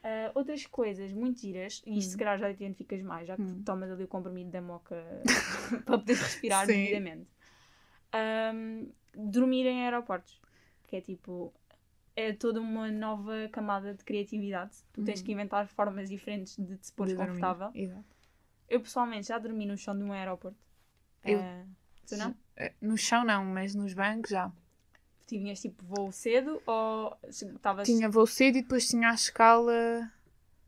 Speaker 3: Ah, outras coisas muito giras, e isto se calhar já identificas mais, já que
Speaker 2: Hum.
Speaker 3: tomas ali o comprimido da moca (laughs) para poder respirar
Speaker 2: Sim.
Speaker 3: devidamente. Ahm, dormir em aeroportos, que é tipo, é toda uma nova camada de criatividade. Tu tens
Speaker 2: Uhum.
Speaker 3: que inventar formas diferentes de te pôr
Speaker 2: De dormir.
Speaker 3: confortável.
Speaker 2: um Exato.
Speaker 3: Eu pessoalmente já dormi no chão de um aeroporto.
Speaker 2: Eu-
Speaker 3: Ah, tu não?
Speaker 2: Eh, No chão não, mas nos bancos já.
Speaker 3: Tinhas tipo voo cedo ou se- estavas.
Speaker 2: Tinha voo cedo e depois tinha a escala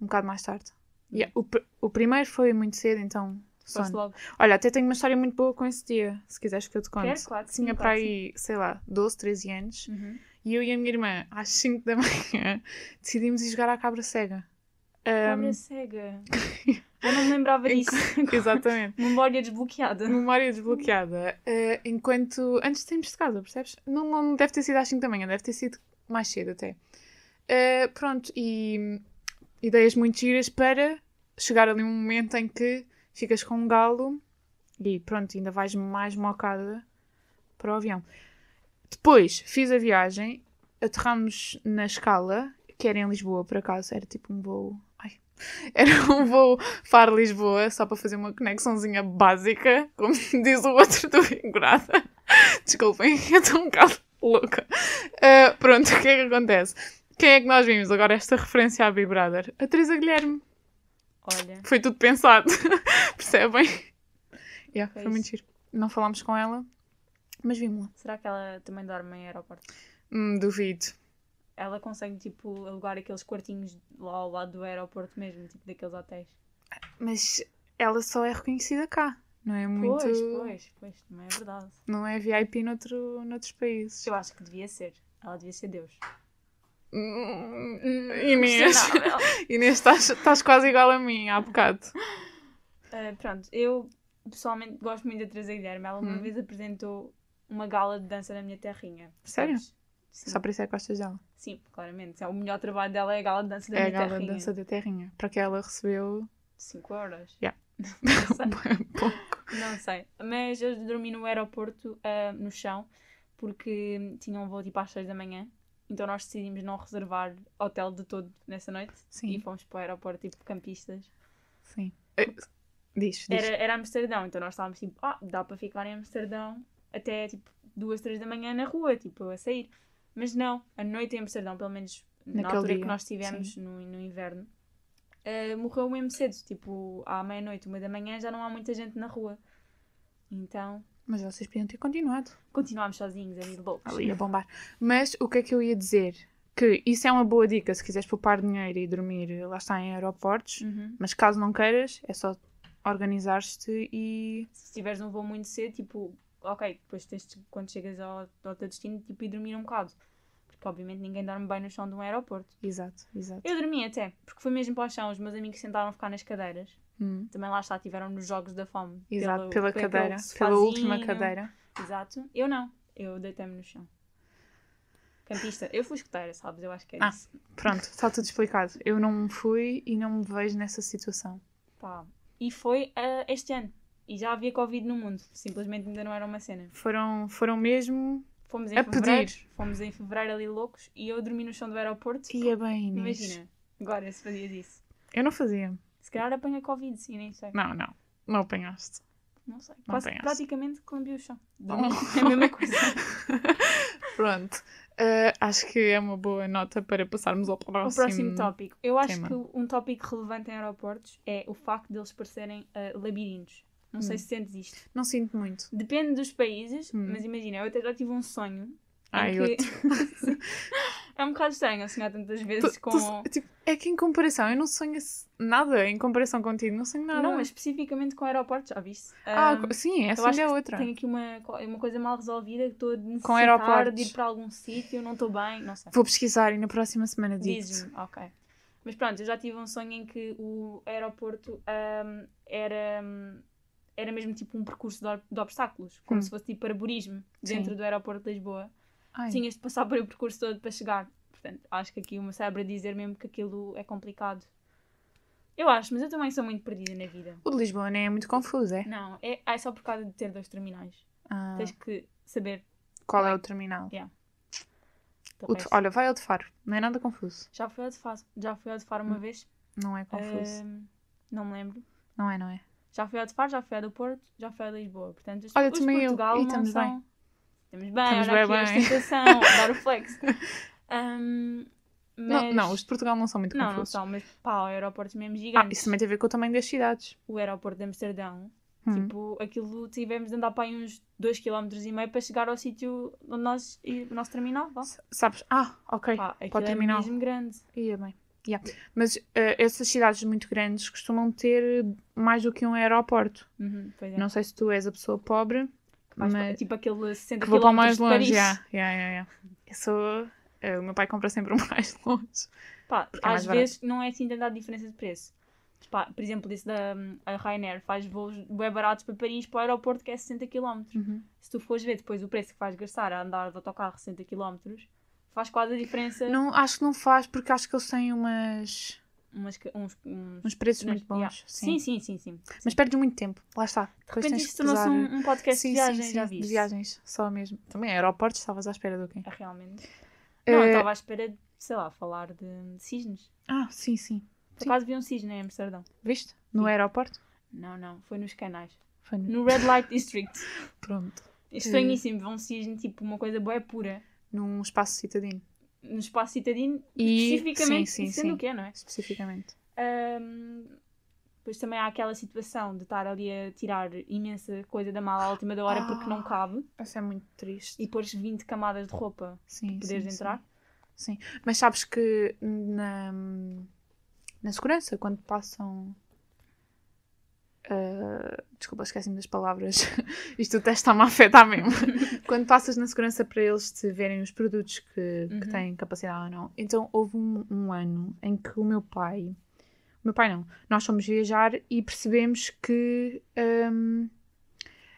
Speaker 2: um bocado mais tarde. Yeah, o, pr- o primeiro foi muito cedo, então.
Speaker 3: Hum. foste
Speaker 2: Sono.
Speaker 3: logo.
Speaker 2: Olha, até tenho uma história muito boa com esse dia, se quiseres que eu te conte.
Speaker 3: Quero, claro que sim,
Speaker 2: tinha para
Speaker 3: claro que
Speaker 2: aí, sei lá, 12, 13 anos.
Speaker 3: Uhum.
Speaker 2: E eu e a minha irmã, às 5 da (laughs) manhã, decidimos ir jogar à cabra cega.
Speaker 3: Cabra (laughs) cega. Eu não me lembrava disso.
Speaker 2: (laughs)
Speaker 3: (laughs)
Speaker 2: Exatamente.
Speaker 3: Memória desbloqueada.
Speaker 2: Memória desbloqueada. Eh, enquanto. Antes de sairmos de casa, percebes? Não, não deve ter sido às 5 da manhã, deve ter sido mais cedo até. Eh, pronto, e hum, ideias muito giras para chegar ali um momento em que ficas com um galo e pronto, ainda vais mais mocada para o avião. Depois fiz a viagem, aterramos na escala, que era em Lisboa, por acaso, era tipo um voo. Ai, (laughs) Era um voo Faro-Lisboa, só para fazer uma conexãozinha básica, como (laughs) diz o outro do Engorada. Desculpem, (laughs) eu estou um bocado louca. Ah, pronto, (laughs) o que é que acontece? Quem é que nós vimos agora esta referência à Big Brother? A Teresa Guilherme.
Speaker 3: Olha,
Speaker 2: Foi tudo pensado. (laughs) Percebem? Yeah,
Speaker 3: Foi
Speaker 2: foi muito
Speaker 3: isso.
Speaker 2: giro. Não falámos com ela, mas vimos-la.
Speaker 3: será que ela também dorme em aeroporto?
Speaker 2: Hum, duvido.
Speaker 3: Ela consegue, tipo, alugar aqueles quartinhos lá ao lado do aeroporto mesmo, tipo, daqueles hotéis.
Speaker 2: Mas ela só é reconhecida cá. Não é muito.
Speaker 3: Pois, pois, pois, não é verdade.
Speaker 2: Não é VIP noutro, noutros países.
Speaker 3: Eu acho que devia ser. Ela devia ser Deus.
Speaker 2: Hum, Inês.
Speaker 3: Questionável.
Speaker 2: Inês, estás, estás quase igual a mim há bocado. (laughs)
Speaker 3: Uh, pronto, eu pessoalmente gosto muito da Teresa Guilherme. Ela uma
Speaker 2: Hum.
Speaker 3: vez apresentou uma gala de dança na minha terrinha.
Speaker 2: Sério?
Speaker 3: percebes? Sim,
Speaker 2: Só por isso é que gostas dela.
Speaker 3: sim, claramente. O melhor trabalho dela é a gala de dança da
Speaker 2: É a
Speaker 3: minha
Speaker 2: gala de
Speaker 3: terrinha.
Speaker 2: dança da terrinha. Para que ela recebeu
Speaker 3: 5 horas.
Speaker 2: Yeah.
Speaker 3: (laughs) Não
Speaker 2: (laughs)
Speaker 3: sei.
Speaker 2: pouco.
Speaker 3: Não sei. Mas eu dormi no aeroporto, ah, no chão, porque tinha um voo tipo às 6 da manhã. Então nós decidimos não reservar hotel de todo nessa noite.
Speaker 2: Sim.
Speaker 3: E fomos para o aeroporto, tipo, campistas.
Speaker 2: Sim. Eh, Diz, diz.
Speaker 3: Era, era Amsterdão, então nós estávamos tipo, ah, dá para ficar em Amsterdão até tipo duas, três da manhã na rua, tipo, a sair. Mas não, a noite em Amsterdão, pelo menos na
Speaker 2: Naquele
Speaker 3: altura
Speaker 2: dia,
Speaker 3: que nós estivemos no, no inverno, eh, morreu mesmo cedo, tipo, à meia-noite, uma da manhã já não há muita gente na rua. Então,
Speaker 2: Mas vocês podiam ter continuado.
Speaker 3: continuámos sozinhos ali, loucos.
Speaker 2: ali a bombar. Mas o que é que eu ia dizer? Que isso é uma boa dica se quiseres poupar dinheiro e dormir eh, lá está em aeroportos,
Speaker 3: Uhum.
Speaker 2: mas caso não queiras, é só organizar-te e.
Speaker 3: Se tiveres um voo muito cedo, tipo, ok, depois tens de, quando chegas ao, ao teu destino, tipo, ir dormir um bocado. Porque obviamente ninguém dorme bem no chão de um aeroporto.
Speaker 2: Exato, exato.
Speaker 3: Eu dormi até, porque foi mesmo para o chão. Os meus amigos sentaram a ficar nas cadeiras.
Speaker 2: Hum,
Speaker 3: Também lá está, tiveram nos Jogos da Fome.
Speaker 2: Exato,
Speaker 3: pelo- é
Speaker 2: pela
Speaker 3: pelo- pelo
Speaker 2: cadeira, pela
Speaker 3: sofazinho.
Speaker 2: última cadeira.
Speaker 3: Exato. Eu não, eu deitei-me no chão. Campista, eu fui escuteira, sabes? Eu acho que é
Speaker 2: Ah.
Speaker 3: isso.
Speaker 2: Pronto, está tudo explicado. Eu não fui e não me vejo nessa situação.
Speaker 3: Pá. E foi ah, este ano. E já havia Covid no mundo, simplesmente ainda não era uma cena.
Speaker 2: Foram, foram mesmo.
Speaker 3: Fomos em
Speaker 2: A
Speaker 3: fevereiro,
Speaker 2: pedir.
Speaker 3: fomos em fevereiro ali loucos e eu dormi no chão do aeroporto.
Speaker 2: Ia bem, Inês.
Speaker 3: Imagina, agora se fazias isso.
Speaker 2: tipo, Eu não fazia.
Speaker 3: Se calhar apanha Covid, sim, nem sei.
Speaker 2: Não, não. Não apanhaste.
Speaker 3: Não sei. Quase,
Speaker 2: penso.
Speaker 3: praticamente clambi o chão.
Speaker 2: Oh.
Speaker 3: Dormi, é a
Speaker 2: (laughs)
Speaker 3: mesma coisa.
Speaker 2: Pronto. Eh, acho que é uma boa nota para passarmos ao próximo.
Speaker 3: O próximo tópico. Eu acho
Speaker 2: tema.
Speaker 3: que um tópico relevante em aeroportos é o facto deles parecerem ah, labirintos. Não sei se sentes isto.
Speaker 2: Não sinto muito.
Speaker 3: Depende dos países,
Speaker 2: Hum.
Speaker 3: mas imagina, eu até já tive um sonho. em
Speaker 2: Ai, eu
Speaker 3: (laughs) que- Sim. é um bocado estranho sonhar tantas
Speaker 2: Tu-
Speaker 3: vezes
Speaker 2: tu-
Speaker 3: com.
Speaker 2: tipo, é que em comparação, eu não sonho esse- nada em comparação contigo, não sonho nada.
Speaker 3: Não, mas especificamente com aeroportos, já viste?
Speaker 2: Ah,
Speaker 3: Ahm,
Speaker 2: co- sim, essa
Speaker 3: eu
Speaker 2: ainda
Speaker 3: acho
Speaker 2: é
Speaker 3: que
Speaker 2: outra.
Speaker 3: tenho aqui uma, co- é uma coisa mal resolvida que estou a
Speaker 2: Com
Speaker 3: necessitar
Speaker 2: aeroportos.
Speaker 3: de ir para algum sítio, não estou bem, não sei.
Speaker 2: Vou pesquisar e na próxima semana digo-te.
Speaker 3: Diz-me, ok. Mas pronto, eu já tive um sonho em que o aeroporto ahm, era, hum, era mesmo tipo um percurso de, ob- de obstáculos, como
Speaker 2: Hum.
Speaker 3: se fosse tipo arborismo
Speaker 2: Sim.
Speaker 3: dentro do aeroporto de Lisboa.
Speaker 2: Ai,
Speaker 3: Tinhas de passar por o percurso todo para chegar. Portanto, acho que aqui o meu cérebro a dizer mesmo que aquilo é complicado. Eu acho, mas eu também sou muito perdida na vida.
Speaker 2: O de Lisboa nem é muito confuso, é?
Speaker 3: Não, é, é só por causa de ter dois terminais.
Speaker 2: Ah,
Speaker 3: Tens que saber.
Speaker 2: qual é o terminal?
Speaker 3: do
Speaker 2: O de-
Speaker 3: resto.
Speaker 2: olha, vai ao de Faro, não é nada confuso.
Speaker 3: Já fui ao de Faro, já fui ao de Faro uma vez.
Speaker 2: Não é confuso.
Speaker 3: ahm, não me lembro.
Speaker 2: Não é, não é?
Speaker 3: Já fui ao de Faro, já fui ao do Porto, já fui ao de Lisboa. Portanto, os,
Speaker 2: Olha,
Speaker 3: os
Speaker 2: também eu.
Speaker 3: Portugal
Speaker 2: E
Speaker 3: não
Speaker 2: estamos
Speaker 3: são...
Speaker 2: bem.
Speaker 3: Estamos bem,
Speaker 2: Estamos
Speaker 3: olha
Speaker 2: bem,
Speaker 3: aqui
Speaker 2: bem.
Speaker 3: a
Speaker 2: (laughs)
Speaker 3: ostentação, dar o flex. Ahm,
Speaker 2: Não,
Speaker 3: mas...
Speaker 2: não, os de Portugal não são muito
Speaker 3: Não, não
Speaker 2: confusos.
Speaker 3: são, mas pá, o aeroporto mesmo
Speaker 2: ah,
Speaker 3: gigante.
Speaker 2: isso também tem a ver com o tamanho das cidades.
Speaker 3: O aeroporto de Amsterdão,
Speaker 2: Hum.
Speaker 3: tipo, aquilo tivemos de andar para aí uns 2,5 km para chegar ao sítio onde nós, e o nosso terminal. Vá.
Speaker 2: S- Sabes? Ah, ok.
Speaker 3: Pá,
Speaker 2: para o
Speaker 3: aquilo é
Speaker 2: terminal.
Speaker 3: mesmo grande.
Speaker 2: Ia bem. Yeah. Mas eh, essas cidades muito grandes costumam ter mais do que um aeroporto.
Speaker 3: Uhum, pois é.
Speaker 2: Não sei se tu és a pessoa pobre
Speaker 3: Que vais para-
Speaker 2: mas-
Speaker 3: Tipo aquele 60
Speaker 2: que vou para o
Speaker 3: km
Speaker 2: mais
Speaker 3: de
Speaker 2: longe.
Speaker 3: Paris.
Speaker 2: Yeah, yeah, yeah, yeah. Eu sou. eh, o meu pai compra sempre o (laughs) mais longe.
Speaker 3: Pá,
Speaker 2: é mais
Speaker 3: às vezes não é assim tanta diferença de preço. Mas pá, por exemplo, disse da hum, a Ryanair faz voos bem baratos para Paris para o aeroporto que é 60 km.
Speaker 2: Uhum.
Speaker 3: Se tu fores ver depois o preço que vais gastar a andar de autocarro 60 km, faz quase a diferença.
Speaker 2: Não, acho que não faz porque acho que eles têm umas,
Speaker 3: Umas ca- uns, uns-
Speaker 2: uns preços
Speaker 3: umas-
Speaker 2: muito bons.
Speaker 3: yeah.
Speaker 2: Sim.
Speaker 3: Sim, sim, sim. sim.
Speaker 2: Mas perdes muito tempo. Lá está.
Speaker 3: De
Speaker 2: Depois
Speaker 3: repente
Speaker 2: tens
Speaker 3: isto
Speaker 2: que pesar.
Speaker 3: tornou-se um, um podcast
Speaker 2: Sim,
Speaker 3: de
Speaker 2: sim,
Speaker 3: viagens,
Speaker 2: sim,
Speaker 3: já viste?
Speaker 2: De viagens, só mesmo. Também aeroportos, estavas à espera do quê?
Speaker 3: É, realmente. Não, eu
Speaker 2: Eh,
Speaker 3: estava à espera de, sei lá, falar de, de cisnes.
Speaker 2: Ah, sim, sim.
Speaker 3: Por acaso vi um cisne em Amsterdão.
Speaker 2: Viste? No aeroporto?
Speaker 3: Não, não, foi nos canais.
Speaker 2: Foi no...
Speaker 3: No Red Light District.
Speaker 2: Pronto.
Speaker 3: Estranhíssimo, vê um cisne, tipo, uma coisa boa pura.
Speaker 2: Num espaço citadino,
Speaker 3: No espaço citadino,
Speaker 2: E-
Speaker 3: especificamente,
Speaker 2: sim, sim,
Speaker 3: sendo
Speaker 2: sim.
Speaker 3: o que é, não é?
Speaker 2: especificamente.
Speaker 3: Ahm, Depois também há aquela situação de estar ali a tirar imensa coisa da mala à última da hora
Speaker 2: Ah.
Speaker 3: porque não cabe
Speaker 2: Isso é muito triste.
Speaker 3: e pôres 20 camadas de roupa
Speaker 2: Sim,
Speaker 3: para poderes
Speaker 2: sim, sim.
Speaker 3: entrar.
Speaker 2: Mas sabes que na, na segurança, quando passam. ah, desculpa, esqueci-me das palavras. (laughs) Isto o teste está-me a afetar mesmo. quando passas na segurança para eles te verem os produtos que, que
Speaker 3: Uhum.
Speaker 2: têm capacidade ou não. Então houve um, um ano em que o meu pai. O meu pai não. Nós fomos viajar e percebemos que ahm,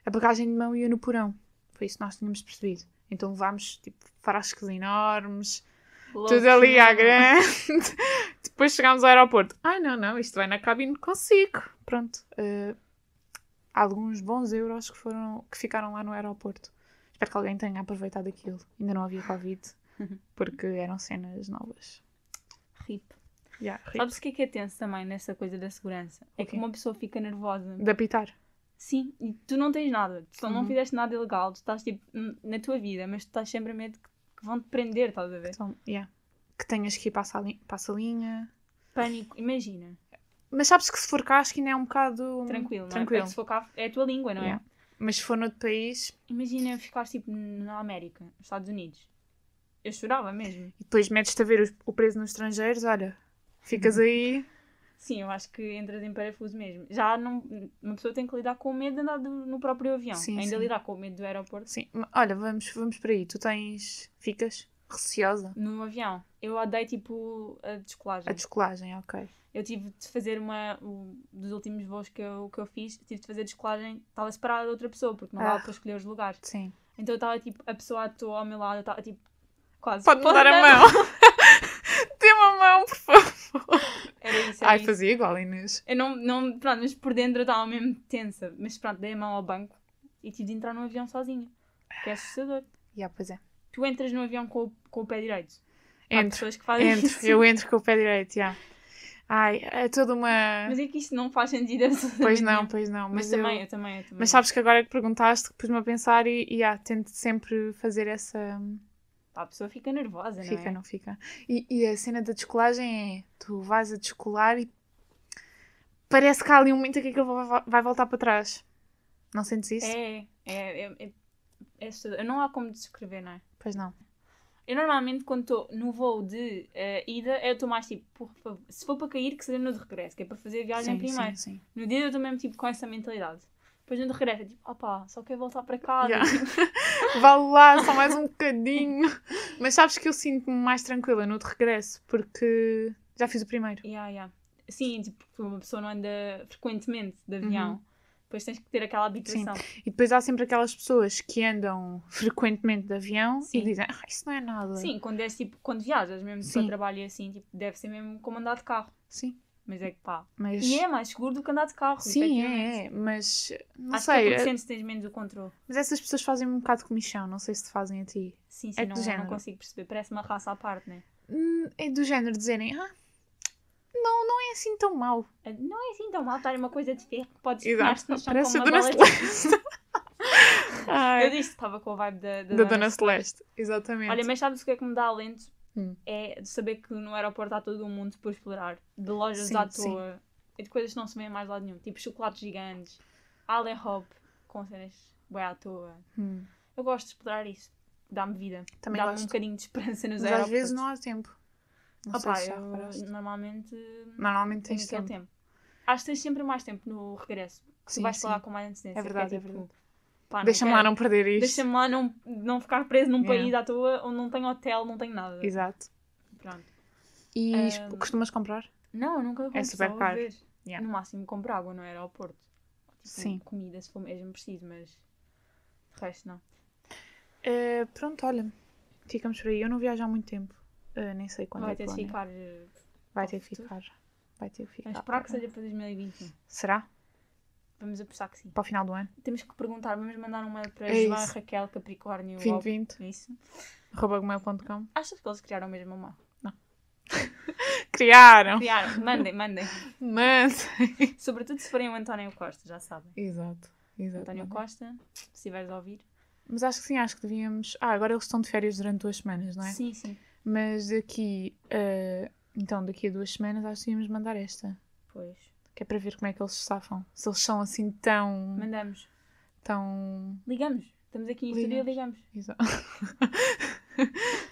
Speaker 2: a bagagem de mão ia no porão. Foi isso que nós tínhamos percebido. Então levámos tipo frascos enormes, tudo ali à grande. (laughs) Depois chegámos ao aeroporto. Ai, não, não, isto vai na cabine, consigo. Pronto. eh, há alguns bons euros que, foram, que ficaram lá no aeroporto. Espero que alguém tenha aproveitado aquilo. Ainda não havia
Speaker 3: (laughs)
Speaker 2: Covid, porque eram cenas novas.
Speaker 3: Rip.
Speaker 2: Yeah, rip.
Speaker 3: Sabes o que é que é tenso também nessa coisa da segurança? É
Speaker 2: O
Speaker 3: que
Speaker 2: quê?
Speaker 3: uma pessoa fica nervosa.
Speaker 2: De apitar.
Speaker 3: Sim, e tu não tens nada. Tu só não
Speaker 2: Uhum.
Speaker 3: fizeste nada ilegal. Tu estás tipo n- na tua vida, mas tu estás sempre a medo que que vão te prender, estás a ver?
Speaker 2: Então, yeah. Que tenhas que ir para a, sali- para a salinha.
Speaker 3: Pânico, imagina.
Speaker 2: Mas sabes que se for cá, acho que ainda é um bocado.
Speaker 3: Tranquilo, não é?
Speaker 2: Tranquilo.
Speaker 3: Porque se for cá, é a tua língua, não é?
Speaker 2: Yeah. Mas se for noutro país,
Speaker 3: Imagina ficares tipo na América, nos Estados Unidos. Eu chorava mesmo.
Speaker 2: e depois metes-te a ver os- o preso nos estrangeiros, olha,
Speaker 3: Uhum.
Speaker 2: ficas aí.
Speaker 3: Sim, eu acho que entras em parafuso mesmo. Já não, uma pessoa tem que lidar com o medo de andar do- no próprio avião.
Speaker 2: Sim,
Speaker 3: Ainda
Speaker 2: sim.
Speaker 3: lidar com o medo do aeroporto.
Speaker 2: Sim, ma- olha, vamos, vamos para aí. Tu tens. Ficas receosa.
Speaker 3: No avião. Eu odeio tipo a descolagem.
Speaker 2: A descolagem, ok.
Speaker 3: Eu tive de fazer uma. o- dos últimos voos que eu, que eu fiz, tive de fazer descolagem. Estava separada de outra pessoa, porque não
Speaker 2: Ah.
Speaker 3: dava para escolher os lugares.
Speaker 2: Sim.
Speaker 3: Então eu estava tipo. A pessoa à toa ao meu lado, eu estava tipo. Quase.
Speaker 2: Pode-me
Speaker 3: "Pode
Speaker 2: dar a
Speaker 3: dar-me-"
Speaker 2: mão. (laughs) Dê uma mão, por favor.
Speaker 3: Era isso. Era
Speaker 2: Ai,
Speaker 3: isso.
Speaker 2: fazia igual, Inês.
Speaker 3: Eu não, não, pronto, mas por dentro eu estava mesmo tensa. Mas pronto, dei a mão ao banco e tive de entrar no avião sozinha. Que é assustador.
Speaker 2: Já, pois é.
Speaker 3: Tu entras no avião com o, com o pé direito. Há
Speaker 2: Entro,
Speaker 3: pessoas que fazem isso.
Speaker 2: entro.
Speaker 3: (laughs)
Speaker 2: Eu entro com o pé direito, já. Ai, é toda uma.
Speaker 3: Mas é que isto não faz sentido absolutamente
Speaker 2: Pois não,
Speaker 3: nenhum.
Speaker 2: pois não.
Speaker 3: Mas,
Speaker 2: Mas, eu-
Speaker 3: também, é eu... também, eu também.
Speaker 2: Mas sabes que agora que perguntaste, pus-me a pensar e, e ah, tento sempre fazer essa.
Speaker 3: Pá, a pessoa fica nervosa,
Speaker 2: fica,
Speaker 3: não é?
Speaker 2: não fica. E, e a cena da descolagem é: tu vais a descolar e parece que há ali um momento em que aquilo vai- vai voltar para trás. Não sentes isso?
Speaker 3: É, é, é, é, é assustador. Não há como descrever, não é?
Speaker 2: Pois não.
Speaker 3: Eu normalmente quando estou no voo de eh, ida, eu estou mais tipo, por favor, se for para cair, que seja no de regresso, que é para fazer a viagem
Speaker 2: Sim,
Speaker 3: primeiro.
Speaker 2: sim, sim.
Speaker 3: No dia eu também tipo com essa mentalidade. Depois no de regresso é tipo, opá, só quero voltar para casa.
Speaker 2: Yeah. Vá lá, só mais um bocadinho. Mas sabes que eu sinto-me mais tranquila no de regresso, porque já fiz o primeiro.
Speaker 3: (laughs) Yeah, yeah. Sim, tipo, porque uma pessoa não anda frequentemente de
Speaker 2: Uhum.
Speaker 3: avião. Depois tens que ter aquela habituação.
Speaker 2: E depois há sempre aquelas pessoas que andam frequentemente de avião e
Speaker 3: Sim.
Speaker 2: dizem: ah, Isso não é nada.
Speaker 3: Sim, quando és tipo, quando viajas mesmo
Speaker 2: Sim.
Speaker 3: para o trabalho e assim, tipo, deve ser mesmo como andar de carro.
Speaker 2: Sim,
Speaker 3: Mas é que pá.
Speaker 2: mas.
Speaker 3: E é mais seguro do que andar de carro.
Speaker 2: Sim,
Speaker 3: efetivamente.
Speaker 2: é, é, mas não
Speaker 3: Acho que
Speaker 2: sei.
Speaker 3: é porque
Speaker 2: é-
Speaker 3: sentes que tens menos o controle.
Speaker 2: Mas essas pessoas fazem um bocado de comichão, não sei se te fazem a ti.
Speaker 3: Sim, sim,
Speaker 2: É do
Speaker 3: não,
Speaker 2: género.
Speaker 3: não consigo perceber. Parece uma raça à parte, né?
Speaker 2: Hum, É do género dizerem, ah, não, não é assim tão mau.
Speaker 3: É- Não é assim tão mal estar uma coisa de ferro que podes
Speaker 2: Exato,
Speaker 3: pegar-te no chão
Speaker 2: parece
Speaker 3: como
Speaker 2: a
Speaker 3: uma
Speaker 2: Dona
Speaker 3: bola de-
Speaker 2: Celeste.
Speaker 3: (laughs)
Speaker 2: (laughs) Ai,
Speaker 3: Eu disse que estava com a vibe da, da
Speaker 2: da
Speaker 3: Dona
Speaker 2: Dona Celeste, exatamente.
Speaker 3: Olha, mas sabes o que é que me dá alento?
Speaker 2: Hum.
Speaker 3: É de saber que no aeroporto há todo um mundo por explorar. De lojas
Speaker 2: Sim,
Speaker 3: à
Speaker 2: sim.
Speaker 3: toa. E de coisas que não se vêem mais lado nenhum. Tipo chocolates gigantes. Ale Hop com cenas bem à toa.
Speaker 2: Hum,
Speaker 3: Eu gosto de explorar isso. Dá-me vida.
Speaker 2: Também
Speaker 3: Dá-me um
Speaker 2: gosto.
Speaker 3: bocadinho de esperança nos
Speaker 2: Mas às
Speaker 3: aeroportos.
Speaker 2: vezes não há tempo. Não sei
Speaker 3: Opa,
Speaker 2: se já
Speaker 3: eu
Speaker 2: reparaste.
Speaker 3: normalmente
Speaker 2: Normalmente
Speaker 3: tenho
Speaker 2: tens
Speaker 3: aquele
Speaker 2: tempo.
Speaker 3: tempo. Acho que tens sempre mais tempo no regresso. Tu
Speaker 2: Sim,
Speaker 3: vais
Speaker 2: sim.
Speaker 3: falar com mais antecedência.
Speaker 2: É
Speaker 3: que
Speaker 2: verdade, é
Speaker 3: tipo,
Speaker 2: verdade.
Speaker 3: pá, não
Speaker 2: Deixa-me lá
Speaker 3: quero-
Speaker 2: não perder isto.
Speaker 3: Deixa-me lá não, não ficar preso num
Speaker 2: Yeah.
Speaker 3: país à toa onde não tenho hotel, não tenho nada.
Speaker 2: Exato.
Speaker 3: Pronto.
Speaker 2: E
Speaker 3: Ahm.
Speaker 2: exp- costumas comprar?
Speaker 3: Não, eu nunca compro,
Speaker 2: É super
Speaker 3: só vou
Speaker 2: caro.
Speaker 3: ver.
Speaker 2: Yeah.
Speaker 3: No máximo compro água no aeroporto. Tipo,
Speaker 2: Sim.
Speaker 3: Comida, se for mesmo preciso, mas de resto não.
Speaker 2: Ah, pronto, olha, ficamos por aí. Eu não viajo há muito tempo. Ah, nem sei quando
Speaker 3: Vai
Speaker 2: é que
Speaker 3: ter de
Speaker 2: vou, né?
Speaker 3: ficar. eh,
Speaker 2: Vai
Speaker 3: para o
Speaker 2: ter que
Speaker 3: futuro.
Speaker 2: ficar. Vai ter que ficar.
Speaker 3: Vamos esperar que seja para 2021.
Speaker 2: Será?
Speaker 3: Vamos apostar que sim.
Speaker 2: Para o final do ano?
Speaker 3: Temos que perguntar, vamos mandar um mail para
Speaker 2: É
Speaker 3: João,
Speaker 2: isso.
Speaker 3: Raquel, Capricórnio.
Speaker 2: 2020,
Speaker 3: Al- Isso.
Speaker 2: arroba gmail.com.
Speaker 3: Achas que eles criaram mesmo uma?
Speaker 2: Criaram. (laughs)
Speaker 3: Criaram. Mandem, mandem.
Speaker 2: Mas.
Speaker 3: Sobretudo se forem o António Costa, já sabem.
Speaker 2: Exato. Exato.
Speaker 3: António Costa, se estiveres a ouvir.
Speaker 2: Mas acho que sim, acho que devíamos. Ah, agora eles estão de férias durante duas semanas, não é?
Speaker 3: Sim, sim.
Speaker 2: Mas daqui. ah, então, daqui a duas semanas acho que devíamos mandar esta.
Speaker 3: Pois.
Speaker 2: Que é para ver como é que eles se safam. Se eles são assim tão.
Speaker 3: Mandamos.
Speaker 2: tão.
Speaker 3: Ligamos. Estamos aqui em estúdio, ligamos.
Speaker 2: Exa- (laughs)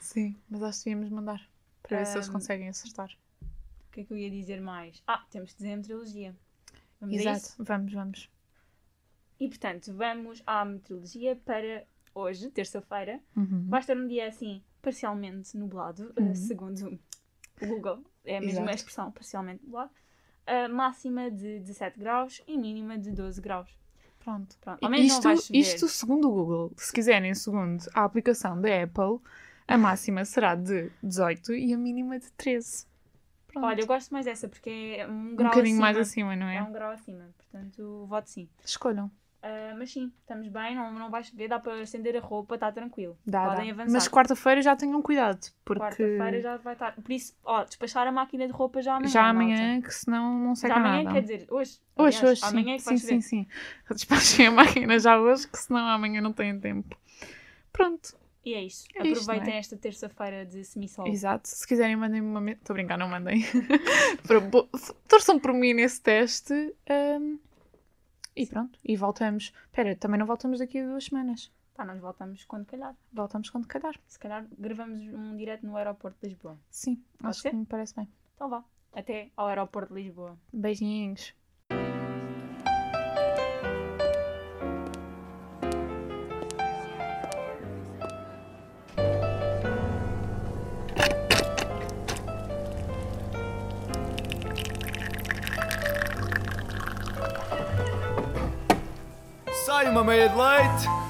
Speaker 2: sim, mas acho que devíamos mandar. Para ver se eles
Speaker 3: Ahm,
Speaker 2: conseguem acertar.
Speaker 3: O que é que eu ia dizer mais? Ah, temos de dizer a meteorologia. Vamos a isso?
Speaker 2: Exato. Vamos, vamos.
Speaker 3: E portanto, vamos à meteorologia para hoje, terça-feira.
Speaker 2: Uhum.
Speaker 3: Vai estar um dia assim, parcialmente nublado, eh, segundo o Google. É a mesma
Speaker 2: Exato.
Speaker 3: expressão, parcialmente nublado. Eh, máxima de 17 graus e mínima de 12 graus.
Speaker 2: Pronto.
Speaker 3: Pronto, ao menos não
Speaker 2: Isto,
Speaker 3: vai chover.
Speaker 2: isto segundo o Google. Se quiserem, segundo a aplicação da Apple, a máxima será de 18 e a mínima de 13. Pronto.
Speaker 3: Olha, eu gosto mais dessa porque é um
Speaker 2: um
Speaker 3: grau
Speaker 2: bocadinho
Speaker 3: acima.
Speaker 2: mais acima, não
Speaker 3: É
Speaker 2: é?
Speaker 3: um grau acima, portanto, voto sim.
Speaker 2: Escolham.
Speaker 3: Ah, mas sim, estamos bem, não, não vai chover, dá para estender a roupa, está tranquilo.
Speaker 2: Dá,
Speaker 3: Podem
Speaker 2: dá.
Speaker 3: avançar.
Speaker 2: Mas quarta-feira já tenham cuidado, porque
Speaker 3: Quarta-feira já vai estar. Por isso, ó, despachar a máquina de roupa já amanhã.
Speaker 2: já
Speaker 3: malta.
Speaker 2: amanhã, que senão não
Speaker 3: Já
Speaker 2: seca
Speaker 3: amanhã,
Speaker 2: nada.
Speaker 3: quer dizer, hoje.
Speaker 2: Hoje,
Speaker 3: aliás,
Speaker 2: hoje,
Speaker 3: Amanhã é
Speaker 2: sim.
Speaker 3: que vai
Speaker 2: Sim, sim,
Speaker 3: chover.
Speaker 2: sim. (laughs) Despachem a máquina já hoje, que senão amanhã não têm tempo. Pronto,
Speaker 3: E é isso.
Speaker 2: É isto,
Speaker 3: Aproveitem
Speaker 2: não é?
Speaker 3: esta terça-feira de semissol.
Speaker 2: exato. Se quiserem, mandem-me uma. Estou a brincar, não mandem. (laughs) Pro- bo- Torçam por mim nesse teste. hum, e pronto, e voltamos. Espera, também não voltamos daqui a duas semanas.
Speaker 3: Pá, nós voltamos quando calhar.
Speaker 2: Voltamos quando calhar.
Speaker 3: Se calhar gravamos um direto no aeroporto de Lisboa.
Speaker 2: Sim,
Speaker 3: Pode
Speaker 2: acho
Speaker 3: ser?
Speaker 2: que me parece bem.
Speaker 3: Então vá. Até ao aeroporto de Lisboa.
Speaker 2: Beijinhos.
Speaker 10: Sai uma meia de leite.